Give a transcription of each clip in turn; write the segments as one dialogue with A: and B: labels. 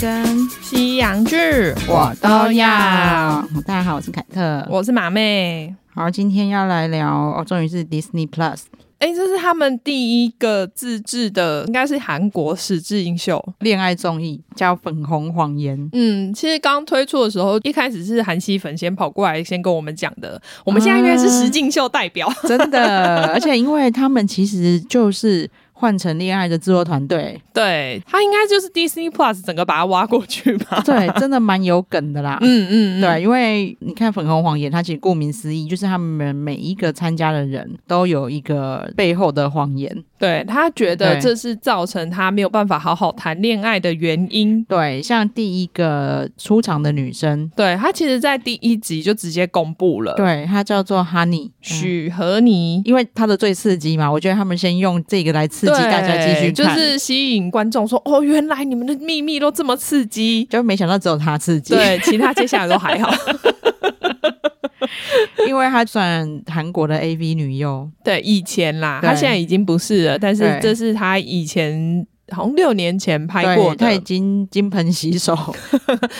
A: 跟
B: 西洋剧
A: 我都要。
B: 大家好，我是凯特。
A: 我是马妹。
B: 好，今天要来聊哦，终于是 Disney Plus
A: 哎、这是他们第一个自制的，应该是韩国实质英秀。
B: 恋爱综艺，叫《粉红谎言》。
A: 嗯，其实刚推出的时候，一开始是韩熙粉先跑过来先跟我们讲的，我们现在应该是实境秀代表。
B: 真的，而且因为他们其实就是换成恋爱的制作团队，
A: 对，他应该就是 Disney Plus 整个把它挖过去 吧。
B: 对，真的蛮有梗的啦。
A: 嗯嗯，嗯，
B: 对，因为你看《粉红谎言》，它其实顾名思义，就是他们每一个参加的人都有一个背后的谎言。
A: 对他觉得
B: 对
A: 这是造成他没有办法好好谈恋爱的原因。
B: 对，像第一个出场的女生，
A: 对他其实，在第一集就直接公布了，
B: 对，她叫做 Honey，嗯
A: 许和妮。
B: 因为它的最刺激嘛，我觉得他们先用这个来刺激
A: 对
B: 大家继续
A: 就
B: 看，
A: 是吸引观众说：“哦，原来你们的秘密都这么刺激。
B: 就没想到只有他刺”激，
A: 对，其他接下来都还好。
B: 因为他算韩国的 AV 女优，
A: 对，以前啦，
B: 对
A: 他现在已经不是了，但是
B: 对
A: 这是他以前好像六年前拍
B: 对
A: 过
B: 他已
A: 的。
B: 经金盆洗 手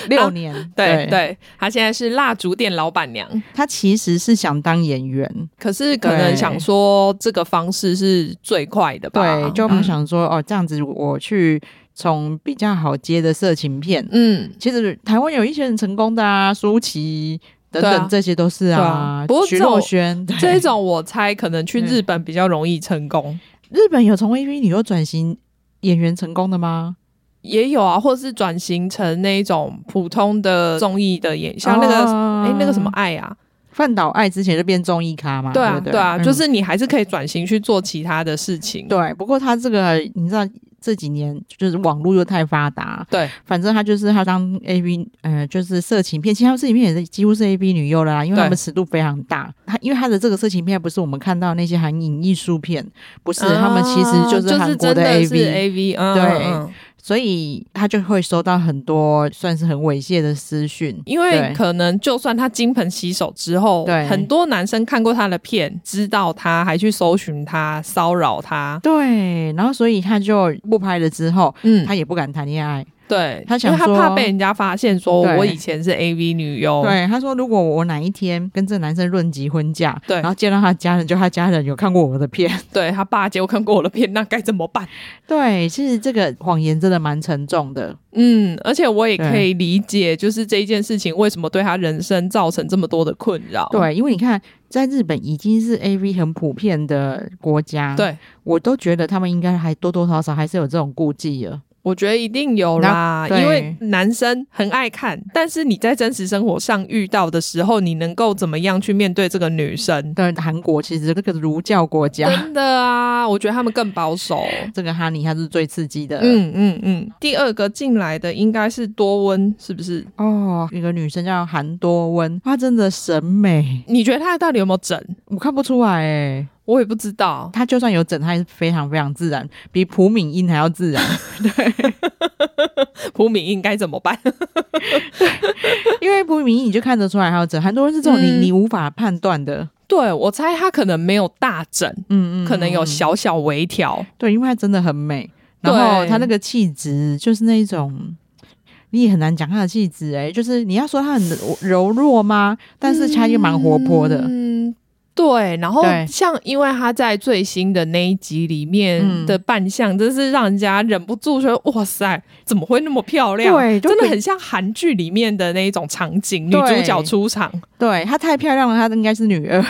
B: 六年，
A: 啊对
B: 对
A: 对，他现在是蜡烛店老板娘，
B: 他其实是想当演员，
A: 可是可能
B: 对
A: 想说这个方式是最快的吧？
B: 对，就
A: 嗯
B: 不想说、哦，这样子我去从比较好接的色情片，
A: 嗯，
B: 其实台湾有一些人成功的啊，舒淇等
A: 对啊
B: 等，这些都是
A: 对
B: 啊
A: 啊。不过
B: 徐
A: 这种
B: 若瑄对
A: 这一种我猜可能去日本比较容易成
B: 嗯
A: 功，
B: 日本有从 AV 女优转型演员成功的吗？
A: 也有啊，或是转型成那一种普通的综艺的演，像那个
B: 哦
A: 哎、那个什么爱啊，
B: 范岛爱之前就变综艺咖嘛，
A: 对
B: 对
A: 啊
B: 不对
A: 对啊，
B: 嗯
A: 就是你还是可以转型去做其他的事情。
B: 对。不过他这个你知道。这几年就是网络又太发达，
A: 对，
B: 反正他就是他当 A V，呃，就是色情片，其实他色情片也是几乎是 A V 女优了啦，因为
A: 对
B: 他们尺度非常大。他因为他的这个色情片不是我们看到那些韩影艺术片，不是、他们其实
A: 啊嗯就
B: 就是韩国
A: 真的
B: A
A: 是
B: V，
A: A V，嗯，
B: 对
A: 嗯嗯
B: 所以他就会收到很多算是很猥亵的私讯，
A: 因为
B: 对
A: 可能就算他金盆洗手之后，
B: 对
A: 很多男生看过他的片，知道他，还去搜寻他，骚扰他。
B: 对，然后所以他就不拍了之后，
A: 嗯，
B: 他也不敢谈恋爱。
A: 对，
B: 他想
A: 因为他
B: 说
A: 怕被人家发现，说
B: 对
A: 我以前是 A V 女优，
B: 对，他说如果我哪一天跟这男生论及婚嫁，
A: 对
B: 然后见到他家人，就他家人有看过我的片，
A: 对他爸结果看过我的片，那该怎么办？
B: 对，其实这个谎言真的蛮沉重的。
A: 嗯，而且我也
B: 对
A: 可以理解，就是这一件事情为什么对他人生造成这么多的困扰。
B: 对，因为你看，在日本已经是 A V 很普遍的国家，，
A: 对，
B: 我都觉得他们应该还多多少少还是有这种顾忌的。
A: 我觉得一定有啦，
B: 那对
A: 因为男生很爱看，但是你在真实生活上遇到的时候，你能够怎么样去面对这个女生？
B: 但韩国其实这个儒教国家，
A: 真的啊，我觉得他们更保 守。
B: 这个哈尼他是最刺激的。，
A: 嗯嗯嗯，第二个进来的应该是多温，是不是？
B: 哦，有个女生叫韩多温，她真的审美，
A: 你觉得他到底有没有整？
B: 我看不出来哎。
A: 我也不知道。
B: 她就算有整，她也是非常非常自然，比朴敏英还要自然。
A: 朴敏应该怎么办？
B: 因为朴敏英你就看得出来她有整，韩多温是这种你、
A: 嗯
B: 你无法判断的。
A: 对我猜他可能没有大整，
B: 嗯嗯，
A: 可能有
B: 嗯
A: 小小微调。
B: 对，因为她真的很美，然后
A: 对
B: 她那个气质就是那一种。你也很难讲她的气质哎，就是你要说她很柔柔弱吗？但是她又蛮活泼的，
A: 嗯，对。然后
B: 对
A: 像因为他在最新的那一集里面
B: 嗯
A: 的扮相，真是让人家忍不住说：“哇塞，怎么会那么漂亮？”
B: 对就
A: 真的
B: 比
A: 很像韩剧里面的那一种场景，女
B: 对
A: 主角出场。
B: 对她太漂亮了，她应该是女 二，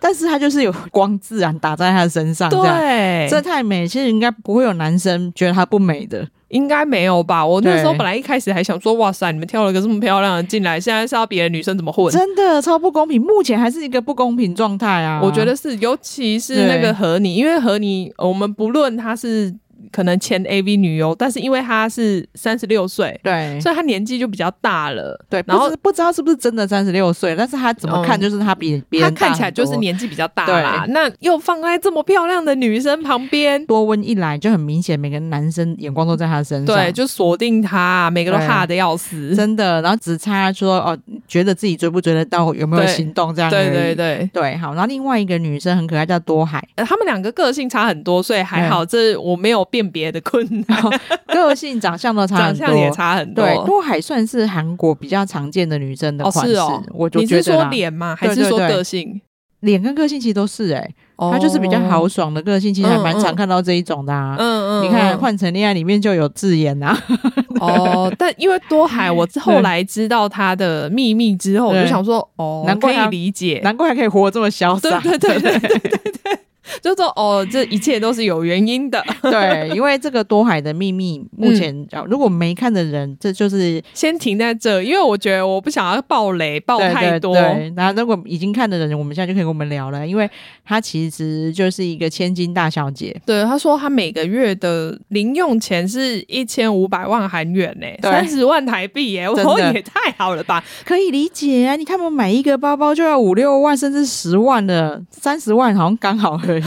B: 但是她就是有光自然打在她的身上，这样
A: 对，
B: 这太美，其实应该不会有男生觉得她不美的。
A: 应该没有吧？我那时候
B: 对
A: 本来一开始还想说：“哇塞，你们挑了个这么漂亮的进来，现在是要别的女生怎么混？”
B: 真的超不公平，目前还是一个不公平状态啊！
A: 我觉得是，尤其是那个
B: 对
A: 何妮，因为何妮，呃我们不论她是可能前 AV 女优，但是因为她是三十六岁，
B: 对
A: 所以她年纪就比较大了。
B: 对，
A: 然
B: 然
A: 后
B: 后不知道是不是真的三十六岁，但是他怎么看
A: 嗯
B: 就是他比别
A: 她
B: 人大
A: 看起来
B: 很多
A: 就是年纪比较大啦，那又放在这么漂亮的女生旁边，
B: 多温一来就很明显，每个男生眼光都在他身上，
A: 对，就锁定她，每个都
B: 对啊
A: 怕的要死。
B: 真的，然后只差说哦，觉得自己追不追得到，有没有
A: 对
B: 行动这样而已。
A: 对对对，
B: 对，好。然后另外一个女生很可爱，叫多海，
A: 呃他们两个个性差很多，所以还好，这我没有辨别的困难，
B: 个性、长相都差
A: 长
B: 哦 很多。
A: 相也差很多。
B: 对，多海算是韩国比较常见的女生的
A: 哦
B: 款
A: 是
B: 式，
A: 哦
B: 我就
A: 你
B: 觉
A: 是
B: 得
A: 说
B: 啦
A: 脸吗？还
B: 对
A: 是
B: 对
A: 说
B: 对
A: 个性？
B: 脸跟个性其实都是哎、欸，
A: 哦
B: 她就是比较豪，爽的个性，其实还蛮常看到这一种的啊。
A: 嗯嗯，
B: 你看《
A: 嗯
B: 换成恋爱》里面就有字眼啊，
A: 哦，但因为多海，我后来知道他的秘密之后，我
B: 对
A: 就想说，哦，
B: 难怪
A: 可
B: 他
A: 以理解，
B: 难怪还可以活这么潇
A: 对
B: 洒。
A: 对对对对对 对，就说哦，这一切都是有原因的，
B: 对，因为这个多海的秘密，目前、呃如果没看的人，这就是
A: 先停在这，因为我觉得我不想要爆雷，爆太多
B: 对。对对然后如果已经看的人，我们现在就可以跟我们聊了，因为她其实就是一个千金大小姐。
A: 对，他说他每个月的零用钱是一千五百万韩元呢、
B: 对
A: 三十万台币耶、我
B: 真
A: 说
B: 的
A: 也太好了吧？
B: 可以理解啊，你看我买一个包包就要五六万，甚至十万的，三十万好像刚好 而已。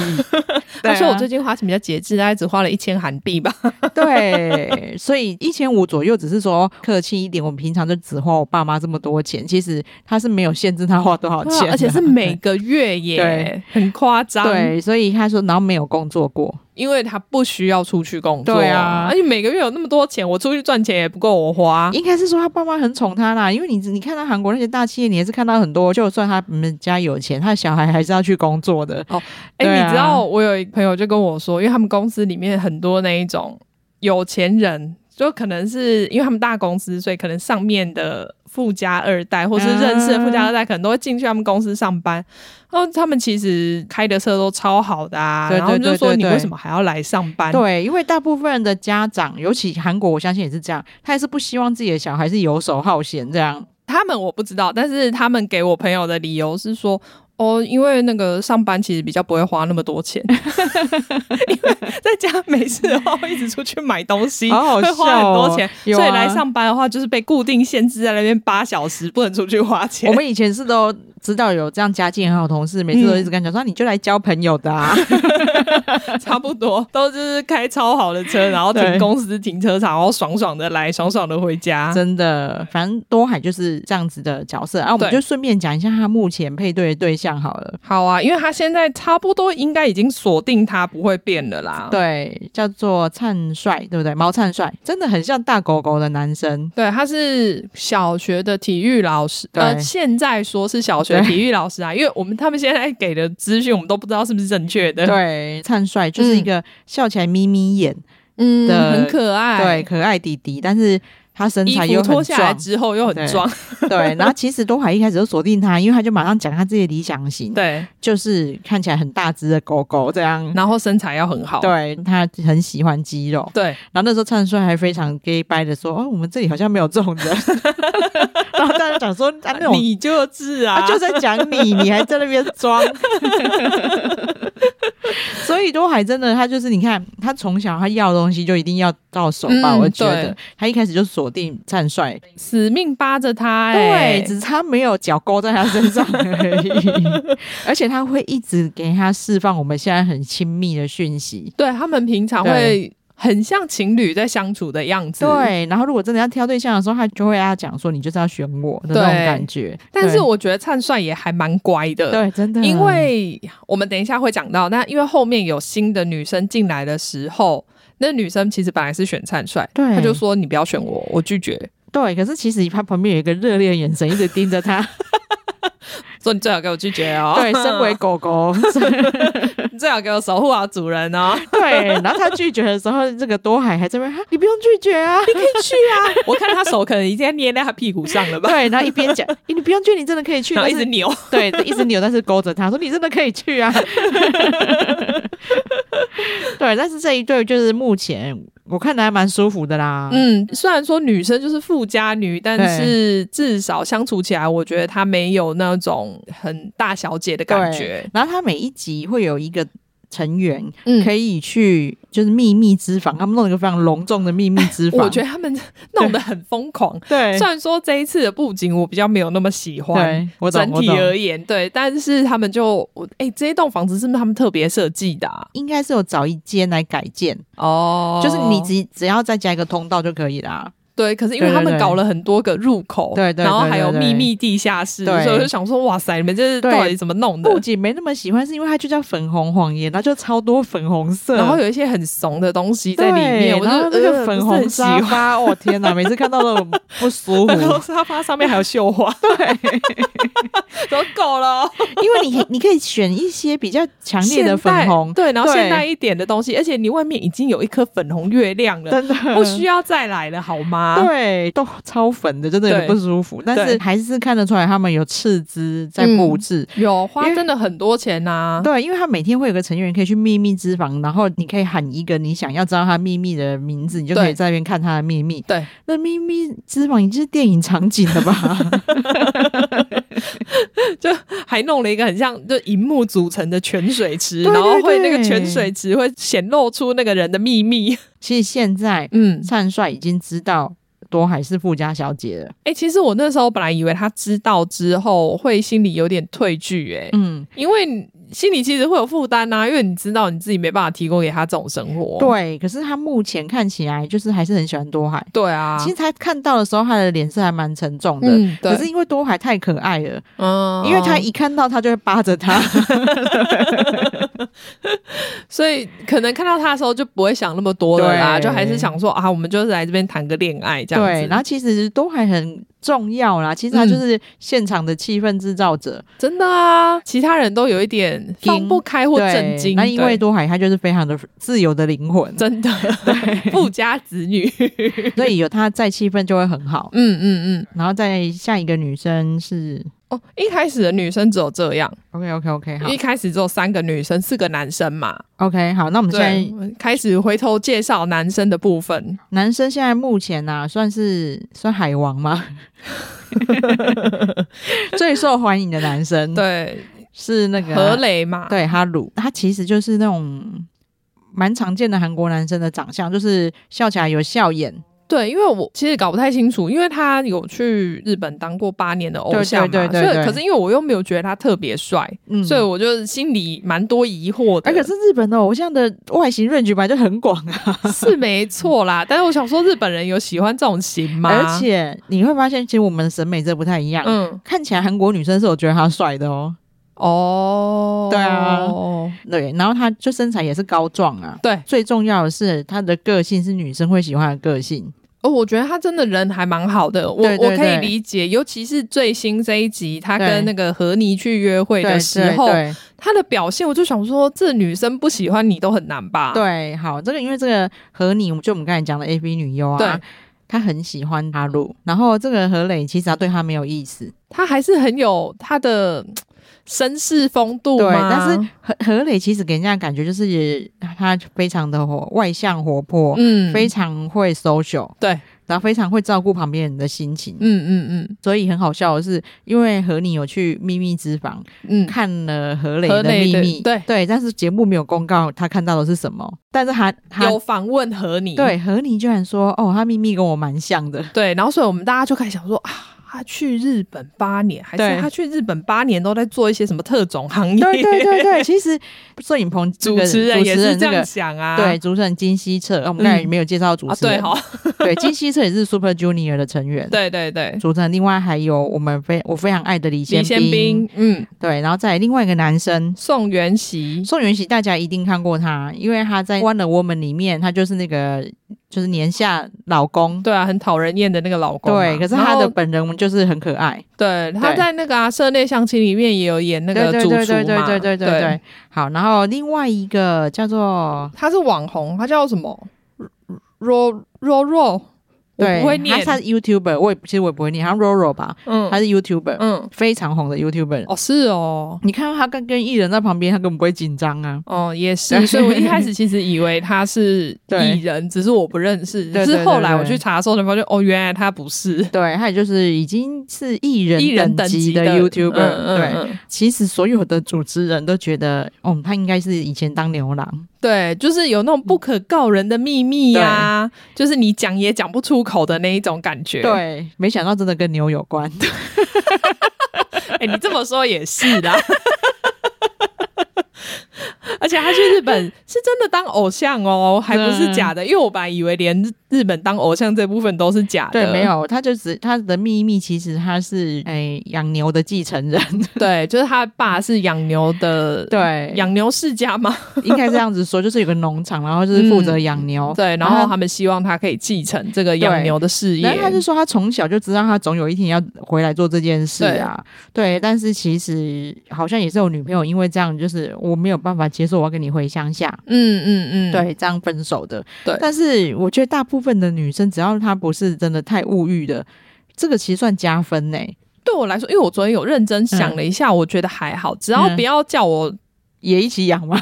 A: 他说我最
B: 对
A: 近花钱比较节制，大概只花了一千韩币吧。
B: 啊 对，所以一千五左右，只是说客气一点，我们平常就只花我爸妈这么多钱，其实他是没有限制他花多少钱的、
A: 啊
B: 啊
A: 而且是每个月耶
B: 对，
A: 很夸张。
B: 对，所以他说，然后没有工作过，
A: 因为他不需要出去工作，
B: 对啊
A: 而且每个月有那么多钱，我出去赚钱也不够我花。
B: 应该是说他爸妈很宠他啦，因为你你看到韩国那些大企业，你还是看到很多，就算他们家有钱，他的小孩还是要去工作的。
A: 哎、
B: 对啊
A: 你知道我有一朋友就跟我说，因为他们公司里面很多那一种有钱人，就可能是因为他们大公司，所以可能上面的富家二代或是认识的富
B: 啊
A: 家二代，可能都会进去他们公司上班。然后他们其实开的车都超好的啊，
B: 对
A: 然后他们就
B: 对对
A: 说
B: 对
A: 你
B: 对
A: 为什么还要来上班？啊
B: 对，因为大部分的家长，尤其韩国，我相信也是这样，他也是不希望自己的小孩是游手好闲这 样。
A: 他们我不知道，但是他们给我朋友的理由是说。哦，因为那个上班其实比较不会花那么多钱， 因为在家没事的话会一直出去买东西，
B: 好好笑
A: 会
B: 哦
A: 花很多钱，
B: 有
A: 所以
B: 啊
A: 来上班的话就是被固定限制在那边八小时，不能出去花钱。
B: 我们以前是都知道有这样家境很好的同事，每次都一直跟他讲说、啊你就来交朋友的啊。
A: 差不多都就是开超好的车，然后停
B: 对
A: 公司停车场，然后爽爽的来，爽爽的回家。
B: 真的，反正多海就是这样子的角色啊。我们
A: 啊对
B: 就顺便讲一下他目前配对的对象好了。
A: 好啊，因为他现在差不多应该已经锁定他不会变的啦。
B: 对，叫做灿帅，对不对？毛灿帅真的很像大狗狗的男生，
A: 对，他是小学的体育老师，呃，
B: 对
A: 现在说是小学
B: 对
A: 体育老师啊，因为我们他们现在给的资讯，我们都不知道是不是正确的。，
B: 对，灿帅就是一个笑起来眯眯眼，
A: 嗯，
B: 的
A: 很可爱
B: 对，，可爱弟弟，但是他身材
A: 衣
B: 又
A: 服脱
B: 很
A: 下来
B: 壮，
A: 之后又很
B: 对
A: 壮，
B: 对。然后其实多海一开始就锁定他，因为他就马上讲他自己的理想型，
A: 对，
B: 就是看起来很大只的狗狗这样。
A: 然后身材要很好，
B: 对啊他很喜欢肌肉，
A: 对，
B: 然后那时候灿帅还非常 gay 掰的
A: 嗯
B: 说：“哦，我们这里好像没有这 种人。”然后大家讲说：“啊，那种
A: 你就是啊，
B: 他就在讲你，你还在那边装。 所以多海真的，他就是你看，他从小他要的东西就一定要到手吧，
A: 嗯
B: 我觉
A: 对
B: 得他一开始就锁定战帅，
A: 死命扒着他、哎
B: 对，只是他没有脚勾在他身上而 已，而且他会一直给他释放我们现在很亲密的讯息。
A: 对，他们平常会
B: 对
A: 很像情侣在相处的样子，。
B: 对，然后如果真的要挑对象的时候，他就会跟他讲说，你就是要选我的那种
A: 对
B: 感觉。
A: 但是
B: 对
A: 我觉得灿帅也还蛮乖的，
B: 对真的，
A: 因为我们等一下会讲到，那因为后面有新的女生进来的时候，那女生其实本来是选灿帅，
B: 对
A: 她就说你不要选我，我拒绝，
B: 对，可是其实他旁边有一个热烈的眼神一直盯着 他。
A: 说你 最好给我拒绝哦，
B: 对，身为狗 狗，
A: 你最好给我守护好主人哦，
B: 对。然后他拒绝的时候，这个多海还在那边，哈你不用拒绝 啊。
A: 你可以去啊， 我看他手可能已经捏在他屁股上了 吧，
B: 对，然后一边讲，诶你不用去，你真的可以去，
A: 然后
B: 但
A: 一直
B: 是
A: 扭，
B: 对，一直扭，但是勾着他说你真的可以去啊。 对，但是这一对就是目前我看的还蛮舒服的啦。
A: 嗯，虽然说女生就是富家女，但
B: 对
A: 是至少相处起来，我觉得她没有那种很大小姐的感
B: 对
A: 觉，
B: 然后他每一集会有一个成员
A: 嗯
B: 可以去，就是秘密之房，他们弄了一个非常隆重的秘密之房。
A: 我觉得他们 弄得很疯狂，
B: 对
A: 虽然说这一次的布景我比较没有那么喜欢，
B: 对，我懂
A: 整
B: 我
A: 体
B: 懂
A: 而言对，但是他们就我哎、这一栋房子是不是他们特别设计的、啊？
B: 应该是有找一间来改建。
A: 哦
B: 就是你只只要再加一个通道就可以啦。
A: 对，可是因为
B: 对对
A: 他们
B: 对
A: 搞了很多个入口，
B: 对对
A: 然后
B: 对
A: 还
B: 对
A: 有
B: 对
A: 秘密地下室，
B: 对
A: 所以我就想说，哇塞，你们这是
B: 对
A: 到底怎么弄的？
B: 不仅没那么喜欢，是因为它就叫粉红谎言，它就超多粉红色，
A: 然后有一些很怂的东西
B: 对
A: 在里面，我就
B: 然后那
A: 呃
B: 个粉
A: 不是
B: 红
A: 很喜
B: 沙
A: 欢。
B: 发，哦天哪，每次看到都很不舒服，
A: 然后沙发上面还有绣花，对， 都够了哦。
B: 因为你你可以选一些比较强烈的
A: 现代
B: 粉红，
A: 对，然后
B: 对
A: 现代一点的东西，而且你外面已经有一颗粉红月亮了，
B: 真的
A: 不需要再来了，好吗？
B: 对，都超粉的，真的有点
A: 啊对
B: 不舒服。但是
A: 对
B: 还是看得出来他们有斥资在布置。
A: 有花
B: 因为
A: 真的很多钱啊呐、
B: 对，因为他每天会有个成员可以去秘密之房，然后你可以喊一个你想要知道他秘密的名字，你就可以
A: 对
B: 在那边看他的秘密。
A: 对，
B: 那秘密之房已经是电影场景了 吧？
A: 还弄了一个很像就荧幕组成的泉水池，
B: 对对
A: 然后会那个
B: 对
A: 泉水池会显露出那个人的秘密。
B: 其实现在
A: 嗯，
B: 灿帅已经知道多海是富家小姐了。
A: 哎、其实我那时候本来以为他知道之后会心里有点退惧、哎、
B: 嗯，
A: 因为你心里其实会有负担啊呐，因为你知道你自己没办法提供给他这种生活。
B: 对。可是他目前看起来就是还是很喜欢多海。
A: 对啊，
B: 其实他看到的时候，他的脸色还蛮沉重的。
A: 嗯，对
B: 可是因为多海太可爱了，
A: 嗯，
B: 因为他一看到他就会扒着他，
A: 所以可能看到他的时候就不会想那么多了啦，
B: 对
A: 就还是想说啊，我们就是来这边谈个恋爱 这样子。
B: 对，然后其实都还很重要啦。其实他
A: 嗯
B: 就是现场的气氛制造者，
A: 真的啊，其他人都有一点放不开或
B: 对
A: 震惊，
B: 那因为
A: 对
B: 多海他就是非常的自由的灵 魂，
A: 真的 富家 子女，
B: 所以有他在气氛就会很好。
A: 嗯嗯嗯，
B: 然后再下一个女生是
A: 哦，一开始的女生只有这样，
B: OK OK OK 好
A: 一开始只有三个女生，四个男生嘛。
B: OK 好，那嗯我们现
A: 对
B: 在，
A: 开始回头介绍男生的部分。
B: 男生现在目前呐、啊、算是算海王吗？ 最受欢迎的男生
A: 嗯 对，
B: 是嗯那个
A: 何磊嘛，
B: 对哈鲁，他其实就是那种蛮常见的韩国男生的长相，就是笑起来有笑眼，
A: 对，因为我其实搞不太清楚，因为他有去日本当过八年的偶像嘛，
B: 对对对对
A: 所
B: 对
A: 以可是因为我又没有觉得他特别帅，
B: 嗯，
A: 所以我就心里蛮多疑惑的。
B: 哎、可是日本的偶像的外形 range 本来就很广啊，
A: 是没错啦，但是我想说，日本人有喜欢这种型吗？
B: 而，且你会发现，其实我们的审美这不太一样。
A: 嗯，
B: 看起来韩国女生是我觉得他帅的哦，
A: 哦，
B: 对啊对，然后他就身材也是高壮啊，
A: 对，
B: 最重要的是他的个性是女生会喜欢的个性，
A: 哦，我觉得他真的人还蛮好的，我
B: 对对
A: 我可以
B: 对
A: 理解，尤其是最新这一集，他
B: 对
A: 跟那个和妮去约会的时候，
B: 对
A: 他的表现，我就想说，这女生不喜欢你都很难吧？
B: 对对，好，这个因为这个和你，就我们刚才讲的 A B 女优啊，
A: 对，嗯
B: 他很喜欢哈鲁，然后这个何磊其实他对他没有意思，
A: 他还是很有他的嘖绅士风度
B: 对，
A: 嘛。
B: 但是何何磊其实给人家的感觉就是也他非常的活外向活泼，
A: 嗯，
B: 非常会 social，
A: 对，
B: 然后非常会照顾旁边人的心情，
A: 嗯嗯
B: 所以很好笑的是，因为何你有去秘密之房
A: 嗯嗯，
B: 看了何磊
A: 何
B: 的
A: 磊
B: 秘
A: 的
B: 密，
A: 对
B: 对，但是节目没有公告他看到的是什么，但是他他
A: 有访问和你，
B: 对何你居然说哦，他秘密跟我蛮像的，
A: 对，然后所以我们大家就开始想说啊，他去日本八年，还
B: 对
A: 是他去日本八年都在做一些什么特种行 业？
B: 对对对 对，其实摄影棚这
A: 主
B: 个
A: 持人也是这
B: 这个
A: 样想啊，
B: 对，主持人金希澈，我们刚才
A: 嗯
B: 没有介绍主
A: 啊，
B: 持人。
A: 对哈，
B: 对金希澈也是 Super Junior 的成员。
A: 对对对，
B: 主持人，另外还有我们非我非常爱的李
A: 李
B: 先
A: 先斌，嗯，
B: 对，然后再来另外一个男生
A: 宋元熙，
B: 宋元喜，大家一定看过他，因为他在《Wonder Woman》里面，他就是那个就是年下老公，
A: 对啊，很讨人厌的那个老公嘛，啊
B: 对，可是他
A: 然后
B: 的本人就是很可爱，
A: 对他
B: 对
A: 在那个啊社内相亲里面也有演那
B: 对
A: 个
B: 对
A: 主厨
B: 对
A: 嘛，
B: 对对对对对
A: 对
B: 对，好，然后另外一个叫做
A: 他是网红，他叫什么？Ro Ro Ro，我
B: 对，
A: 不会
B: 他
A: 念，
B: 他是 YouTuber，我也其实我也不会念，他 Roro 吧，他
A: 嗯
B: 是 YouTuber，、
A: 嗯，
B: 非常红的 YouTuber，
A: 哦是哦，
B: 你看到他跟跟艺人在旁边，他根本不会紧张啊。
A: 哦，也
B: 对
A: 是，所以我一开始其实以为他是
B: 对
A: 艺人，只是我不认识。
B: 对对
A: 只
B: 对
A: 是后来
B: 对
A: 我去查的时候，才发现哦，原来他不是
B: 对，他也就是已经是艺人
A: 艺人等
B: 级
A: 的
B: YouTuber、
A: 嗯嗯
B: 对，
A: 嗯
B: 其实所有的主持人都觉得，哦，他应该是以前当牛郎。
A: 对，就是有那种不可告人的秘密呀、就是你讲也讲不出口的那一种感觉。，
B: 对，没想到真的跟牛有关。
A: 哎、你这么说也 是啦。
B: 嗯
A: 而且他去日本是真的当偶像哦，还不是假的，因为我本来以为连日本当偶像这部分都是假的，
B: 对，没有，他就只他的秘密其实他是哎养牛的继承人，
A: 对，就是他爸是养牛的，
B: 对，
A: 养牛世家嘛，
B: 应该这样子说，就是有个农场，然后就是负
A: 嗯
B: 责养牛，
A: 对，然后他们希望他可以继承这个养牛的事业
B: 然，后他是说他从小就知道他总有一天要回来做这件事啊，对，但是其实好像也是有女朋友因为这样，就是我没有办法接受，我要跟你回乡下，
A: 嗯嗯嗯，，
B: 对，这样分手的。
A: 对
B: 但是我觉得大部分的女生，只要她不是真的太物欲的，这个其实算加分呢、
A: 对我来说，因为我昨天有认真想了一下，我觉得还好，只要
B: 嗯
A: 不要叫我。
B: 也一起养嘛，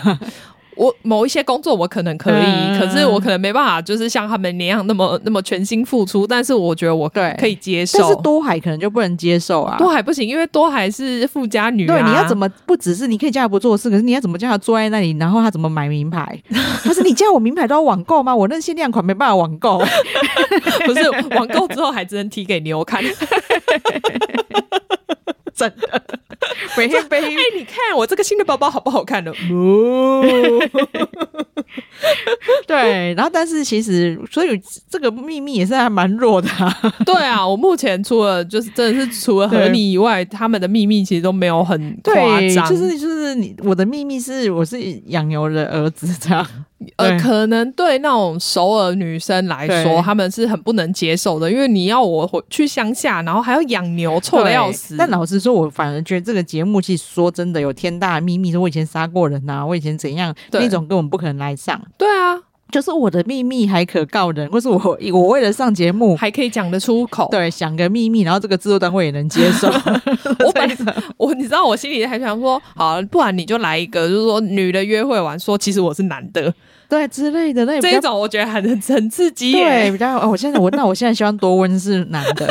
A: 我某一些工作我可能可以，
B: 嗯
A: 可是我可能没办法，就是像他们那样那么那么全心付出。但是我觉得我
B: 对
A: 可以接受，
B: 但是多海可能就不能接受啊。
A: 多还不行，因为多还是富家女、啊。
B: 对，你要怎
A: 么？
B: 么不只是你可以叫他不做事，可是你要怎么叫他坐在那里，然后他怎么买名牌？ 他说你叫我名牌都要网购吗？我那限量款没办法网购。
A: 不是网购之后还只能提给牛看。 哎、
B: 真的，每天背
A: 你看我这个新的包包好不好看呢？
B: 哦 对，然后但是其实，所以这个秘密也是还蛮弱的、啊，
A: 对啊，我目前除了就是真的是除了和你以外，他们的秘密其实都没有很夸张，
B: 就是就是你我的秘密是我是养牛的儿子这 样，
A: 呃，
B: 对
A: 可能对那种首尔女生来说，
B: 对
A: 她们是很不能接受的，因为你要我回去乡下，然后还要养牛，臭的
B: 对
A: 要死。
B: 但老实说，我反而觉得这个节目其实说真的有天大的秘密，说我以前杀过人啊，我以前怎样
A: 对
B: 那种根本不可能来上。
A: 对啊，
B: 就是我的秘密还可告人，或是我我为了上节 目，
A: 还可以讲得出口。
B: 对想个秘密，然后这个制作单位也能接 受。
A: 我本来我你知道，我心里还想说，好，不然你就来一个，就是说女的约会完说，其实我是男的，
B: 对之类的，那也比
A: 这
B: 较
A: 一种我觉得很很刺激
B: 对
A: 耶。
B: 比较。哦我现在我那我现在希望多温是男的，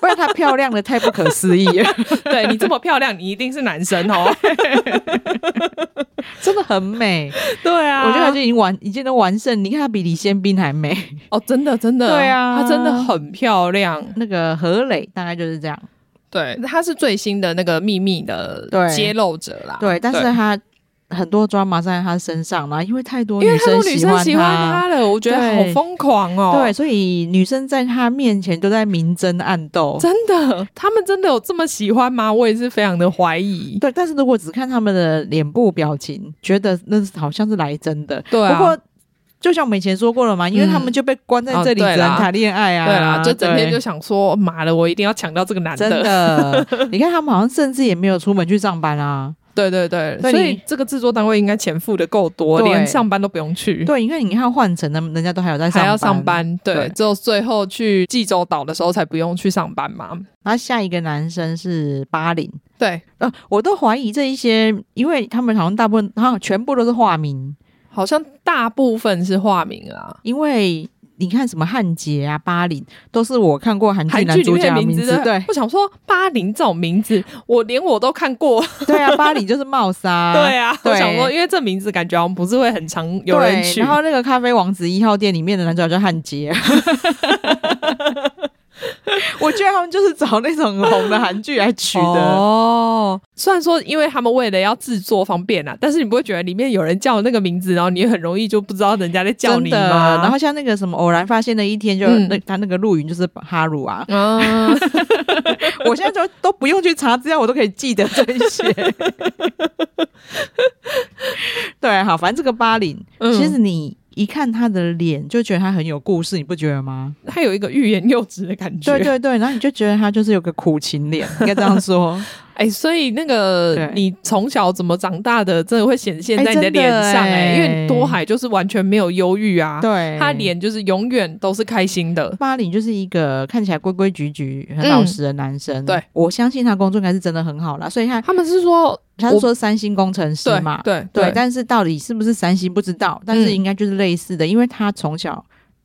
B: 不然他漂亮的太不可思议了，
A: 对你这么漂亮，你一定是男生 哦。
B: 真的很美。
A: 对啊，
B: 我觉得他就已经完，已经能完胜。你看他比李先斌还美。
A: 哦，真的真的，
B: 对啊
A: 她真的很漂亮。
B: 那个何磊大概就是这样，
A: 对，她是最新的那个秘密的
B: 对
A: 揭露者啦。
B: 对，但是他很多抓马在他身上嘛，因为太多
A: 因为太
B: 生
A: 多女
B: 喜
A: 生
B: 欢
A: 喜欢他了，我觉得好
B: 对
A: 疯狂哦。
B: 对，，所以女生在他面前都在明争暗斗。
A: 真的，他们真的有这么喜欢吗？我也是非常的怀疑。
B: 对，但是如果只看他们的脸部表情，觉得那是好像是来真的。
A: 对啊
B: 不过就像我们以前说过了嘛，因为他们就被关在
A: 嗯
B: 这里，
A: 哦对
B: 只能
A: 啦
B: 谈恋爱啊，
A: 对啦，就整 天
B: 对
A: 就想说，妈的，我一定要抢到这个男
B: 真
A: 的。
B: 的。 你看他们好像甚至也没有出门去上班啊。
A: 对对对，
B: 对
A: 所以
B: 你
A: 这个制作单位应该钱付的够多，
B: 对
A: 连上班都不用去，
B: 对，因为你看换成他们，人家都还有在上
A: 嗯
B: 班，
A: 还要上。班。对
B: 对，
A: 只有最后去济州岛的时候才不用去上班嘛。
B: 然后下一个男生是巴林，
A: 对，
B: 呃，我都怀疑这一些，因为他们好像大部分好像全部都是化名，
A: 好像大部分是化名啊。
B: 因为。你看什么汉杰啊、巴林，都是我看过韩剧
A: 韩
B: 男
A: 剧里
B: 主
A: 面
B: 角
A: 的
B: 的
A: 名
B: 名
A: 字
B: 字，对
A: 我想说巴林这种名字，我连我都看过，
B: 对啊，巴林就是茂沙，
A: 对啊，
B: 对
A: 我想说，因为这名字感觉好像不是会很常有
B: 对
A: 人取。
B: 然后那个咖啡王子一号店里面的男主角叫汉 杰，我觉得他们就是找那种红的韩剧来取的。
A: 哦，虽然说因为他们为了要制作方便啦，但是你不会觉得里面有人叫那个名字，然后你也很容易就不知道人家在叫
B: 真
A: 你
B: 的，啊
A: 吗？
B: 然后像那个什么偶然发现的一天就，
A: 嗯，
B: 那他那个陆云就是哈鲁啊
A: 嗯，
B: 我现在就都不用去查资料，我都可以记得这些。 对，好，反正这个巴林，
A: 嗯
B: 其实你一看他的脸就觉得他很有故事，你不觉得吗？
A: 他有一个欲言又止的感觉。
B: 对，对对，然后你就觉得他就是有个苦情脸，应该这样 说。
A: 哎、所以那个
B: 对
A: 你从小怎么长大的，真的会显现在你
B: 哎真的
A: 脸上哎、
B: 哎
A: 因为多海就是完全没有忧郁啊，
B: 对，
A: 他脸就是永远都是开心的。
B: 巴林就是一个看起来规规矩矩、很老实的男生。
A: 嗯对，
B: 我相信他工作应该是真的很好啦，所以他
A: 他们是说
B: 他是说三星工程师
A: 对
B: 嘛，
A: 对嗯
B: 对，但是到底是不是三星不知道，但是应该就是类似的，因为他从小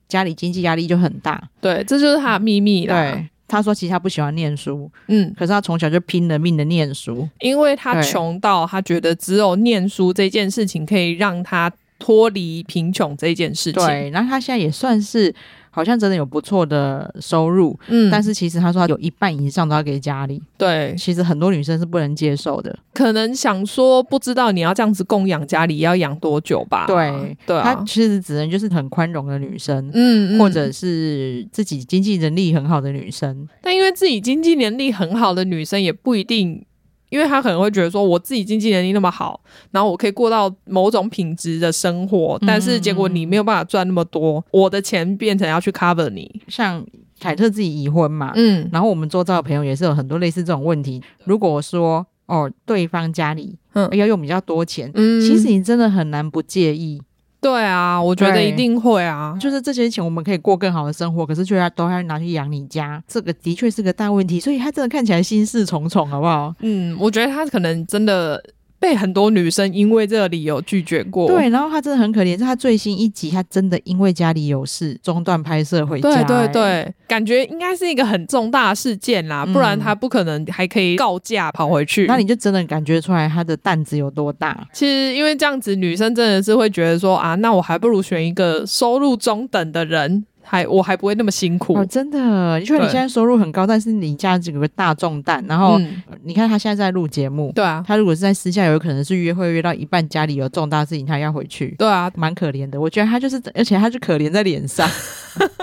B: 家里经济压力就很大。
A: 对，这就是他的秘密啦。
B: 对，他说其实他不喜欢念书，
A: 嗯，
B: 可是他从小就拼了命的念书。
A: 因为他
B: 对
A: 穷到他觉得只有念书这件事情可以让他脱离贫穷这一件事情。
B: 对，然后他现在也算是好像真的有不错的收入，
A: 嗯
B: 但是其实他说他有一半以上都要给家里，
A: 对，
B: 其实很多女生是不能接受的。
A: 可能想说不知道你要这样子供养家里要养多久吧？
B: 对，
A: 对
B: 她
A: 啊，
B: 其实只能就是很宽容的女生。
A: 嗯
B: 或者是自己经济能力很好的女生，
A: 但因为自己经济能力很好的女生也不一定，因为她可能会觉得说，我自己经济能力那么好，然后我可以过到某种品质的生活，但是结果
B: 嗯
A: 你没有办法赚那么多，我的钱变成要去 cover 你。
B: 像凯特自己已婚嘛，
A: 嗯，
B: 然后我们做造的朋友也是有很多类似这种问题。如果说哦，对方家里哎
A: 嗯
B: 要用比较多钱，
A: 嗯
B: 其实你真的很难不介意。
A: 对啊，我觉得
B: 对
A: 一定会啊。
B: 就是这些钱我们可以过更好的生活，可是却要都要拿去养你家，这个的确是个大问题。所以他真的看起来心事重重，好不好？
A: 嗯，我觉得她可能真的被很多女生因为这个理由拒绝过。
B: 对，然后他真的很可怜，是他最新一集，他真的因为家里有事中断拍摄回家、
A: 对对
B: 哎，
A: 对，感觉应该是一个很重大的事件啦，
B: 嗯
A: 不然她不可能还可以告假跑回去。
B: 那你就真的感觉出来他的担子有多大。
A: 其实因为这样子，女生真的是会觉得说啊，那我还不如选一个收入中等的人，还我还不会那么辛苦。
B: 哦，真的，就算你
A: 对
B: 现在收入很高，但是你家这个大重担，然后、
A: 嗯，
B: 你看他现在在录节目，
A: 对啊，
B: 他如果是在私下，有可能是约会约到一半，家里有重大事情，他要回去，
A: 对啊，
B: 蛮可怜的。我觉得他就是，而且他就可怜在脸上，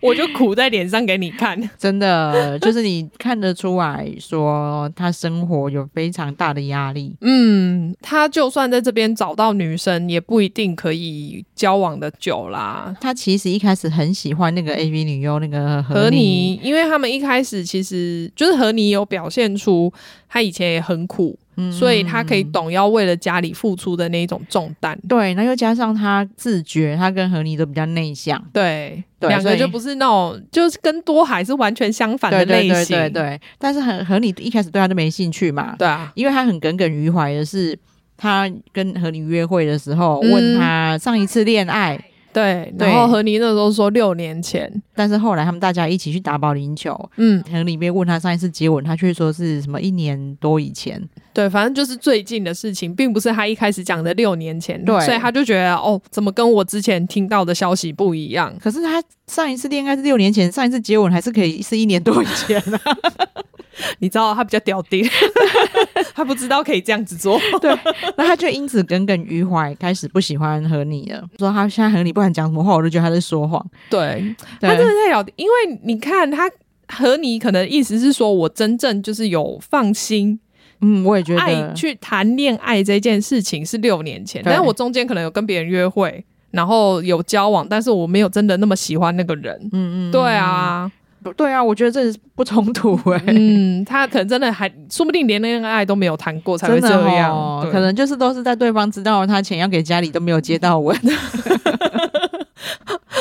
A: 我就苦在脸上给你看。
B: 真的就是你看得出来说他生活有非常大的压力。
A: 嗯，他就算在这边找到女生，也不一定可以交往的久啦。
B: 他其实一开始很喜欢那个 A V 女优那个
A: 和
B: 何
A: 你，因为他们一开始其实就是和你有表现出他以前也很苦，
B: 嗯
A: 所以他可以懂要为了家里付出的那一种重担。
B: 对，那又加上他自觉，他跟何妮都比较内向。
A: 对，
B: 对
A: 两
B: 所
A: 个
B: 以
A: 就不是那种，就是跟多海是完全相反的
B: 对
A: 类
B: 对对
A: 型。
B: 对对，但是何何妮一开始对他都没兴趣嘛，
A: 对啊，
B: 因为他很耿耿于怀的是，他跟和你约会的时候
A: 嗯
B: 问他上一次恋爱，
A: 对。
B: 对
A: 然后和你那时候说六年前，
B: 但是后来他们大家一起去打保龄球。
A: 嗯，
B: 和里面问他上一次接吻，他却说是什么一年多以前。
A: 对，反正就是最近的事情，并不是他一开始讲的六年前，
B: 对
A: 所以他就觉得哦，怎么跟我之前听到的消息不一样？
B: 可是他上一次恋爱是六年前，上一次接吻还是可以是一年多以 前啊。
A: 你知道他比较屌丁， 他不知道可以这样子做。
B: 那他就因此耿耿于怀，开始不喜欢和你了。说他现在和你不管讲什么话，我都觉得他在说谎。
A: 对，
B: 对
A: 他真的太屌丁，因为你看他和你可能意思是说我真正就是有放心
B: 嗯，我也觉
A: 爱
B: 得，
A: 去谈恋爱这件事情是六年前，
B: 对
A: 但是我中间可能有跟别人约会，然后有交往，但是我没有真的那么喜欢那个人。
B: 嗯嗯，
A: 对啊，
B: 对啊，我觉得这是不冲突哎、
A: 嗯，他可能真的还说不定连恋爱都没有谈过才会
B: 真
A: 这
B: 的
A: 样，
B: 哦
A: 对
B: 可能就是都是在对方知道他钱要给家里都没有接到吻，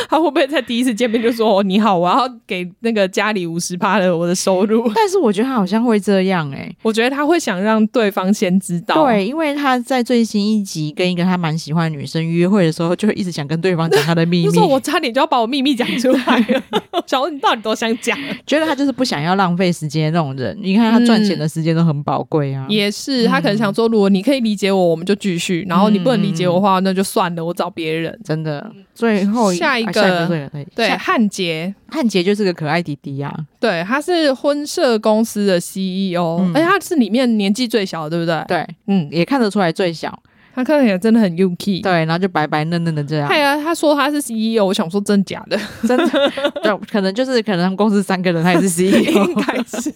A: 他会不会在第一次见面就说、哦、你好，我要给那个家里五十趴的我的收入？
B: 但是我觉得他好像会这样哎、
A: 我觉得他会想让对方先知道，，
B: 对，因为他在最新一集跟一个他蛮喜欢的女生约会的时候，就一直想跟对方讲他的秘
A: 就
B: 密
A: 是，我差点就要把我秘密讲出来了， 我想问你到底多想讲？啊
B: 觉得他就是不想要浪费时间的那种人。你看他赚钱的时间都很宝贵啊，
A: 也是，他可能想说，如果你可以理解我，我们就继续；然后你不能理解我的话，那就算了，我找别人。
B: 真的。最后
A: 下一
B: 一啊
A: 个
B: 下一个对
A: 对，
B: 下
A: 汉杰，
B: 汉杰就是个可爱弟弟啊，
A: 对，他是婚社公司的 CEO，、
B: 嗯
A: 而且他是里面年纪最小的，对不对？
B: 对，
A: 嗯，
B: 也看得出来最小，
A: 他看起来真的很 UK。
B: 对，然啊后就白白嫩嫩的这样
A: 哎，呀，他说他是 CEO，我想说真假 的，
B: 真的，对，可能就是可能他们公司三个人，他也是 E CEO，
A: 应该是。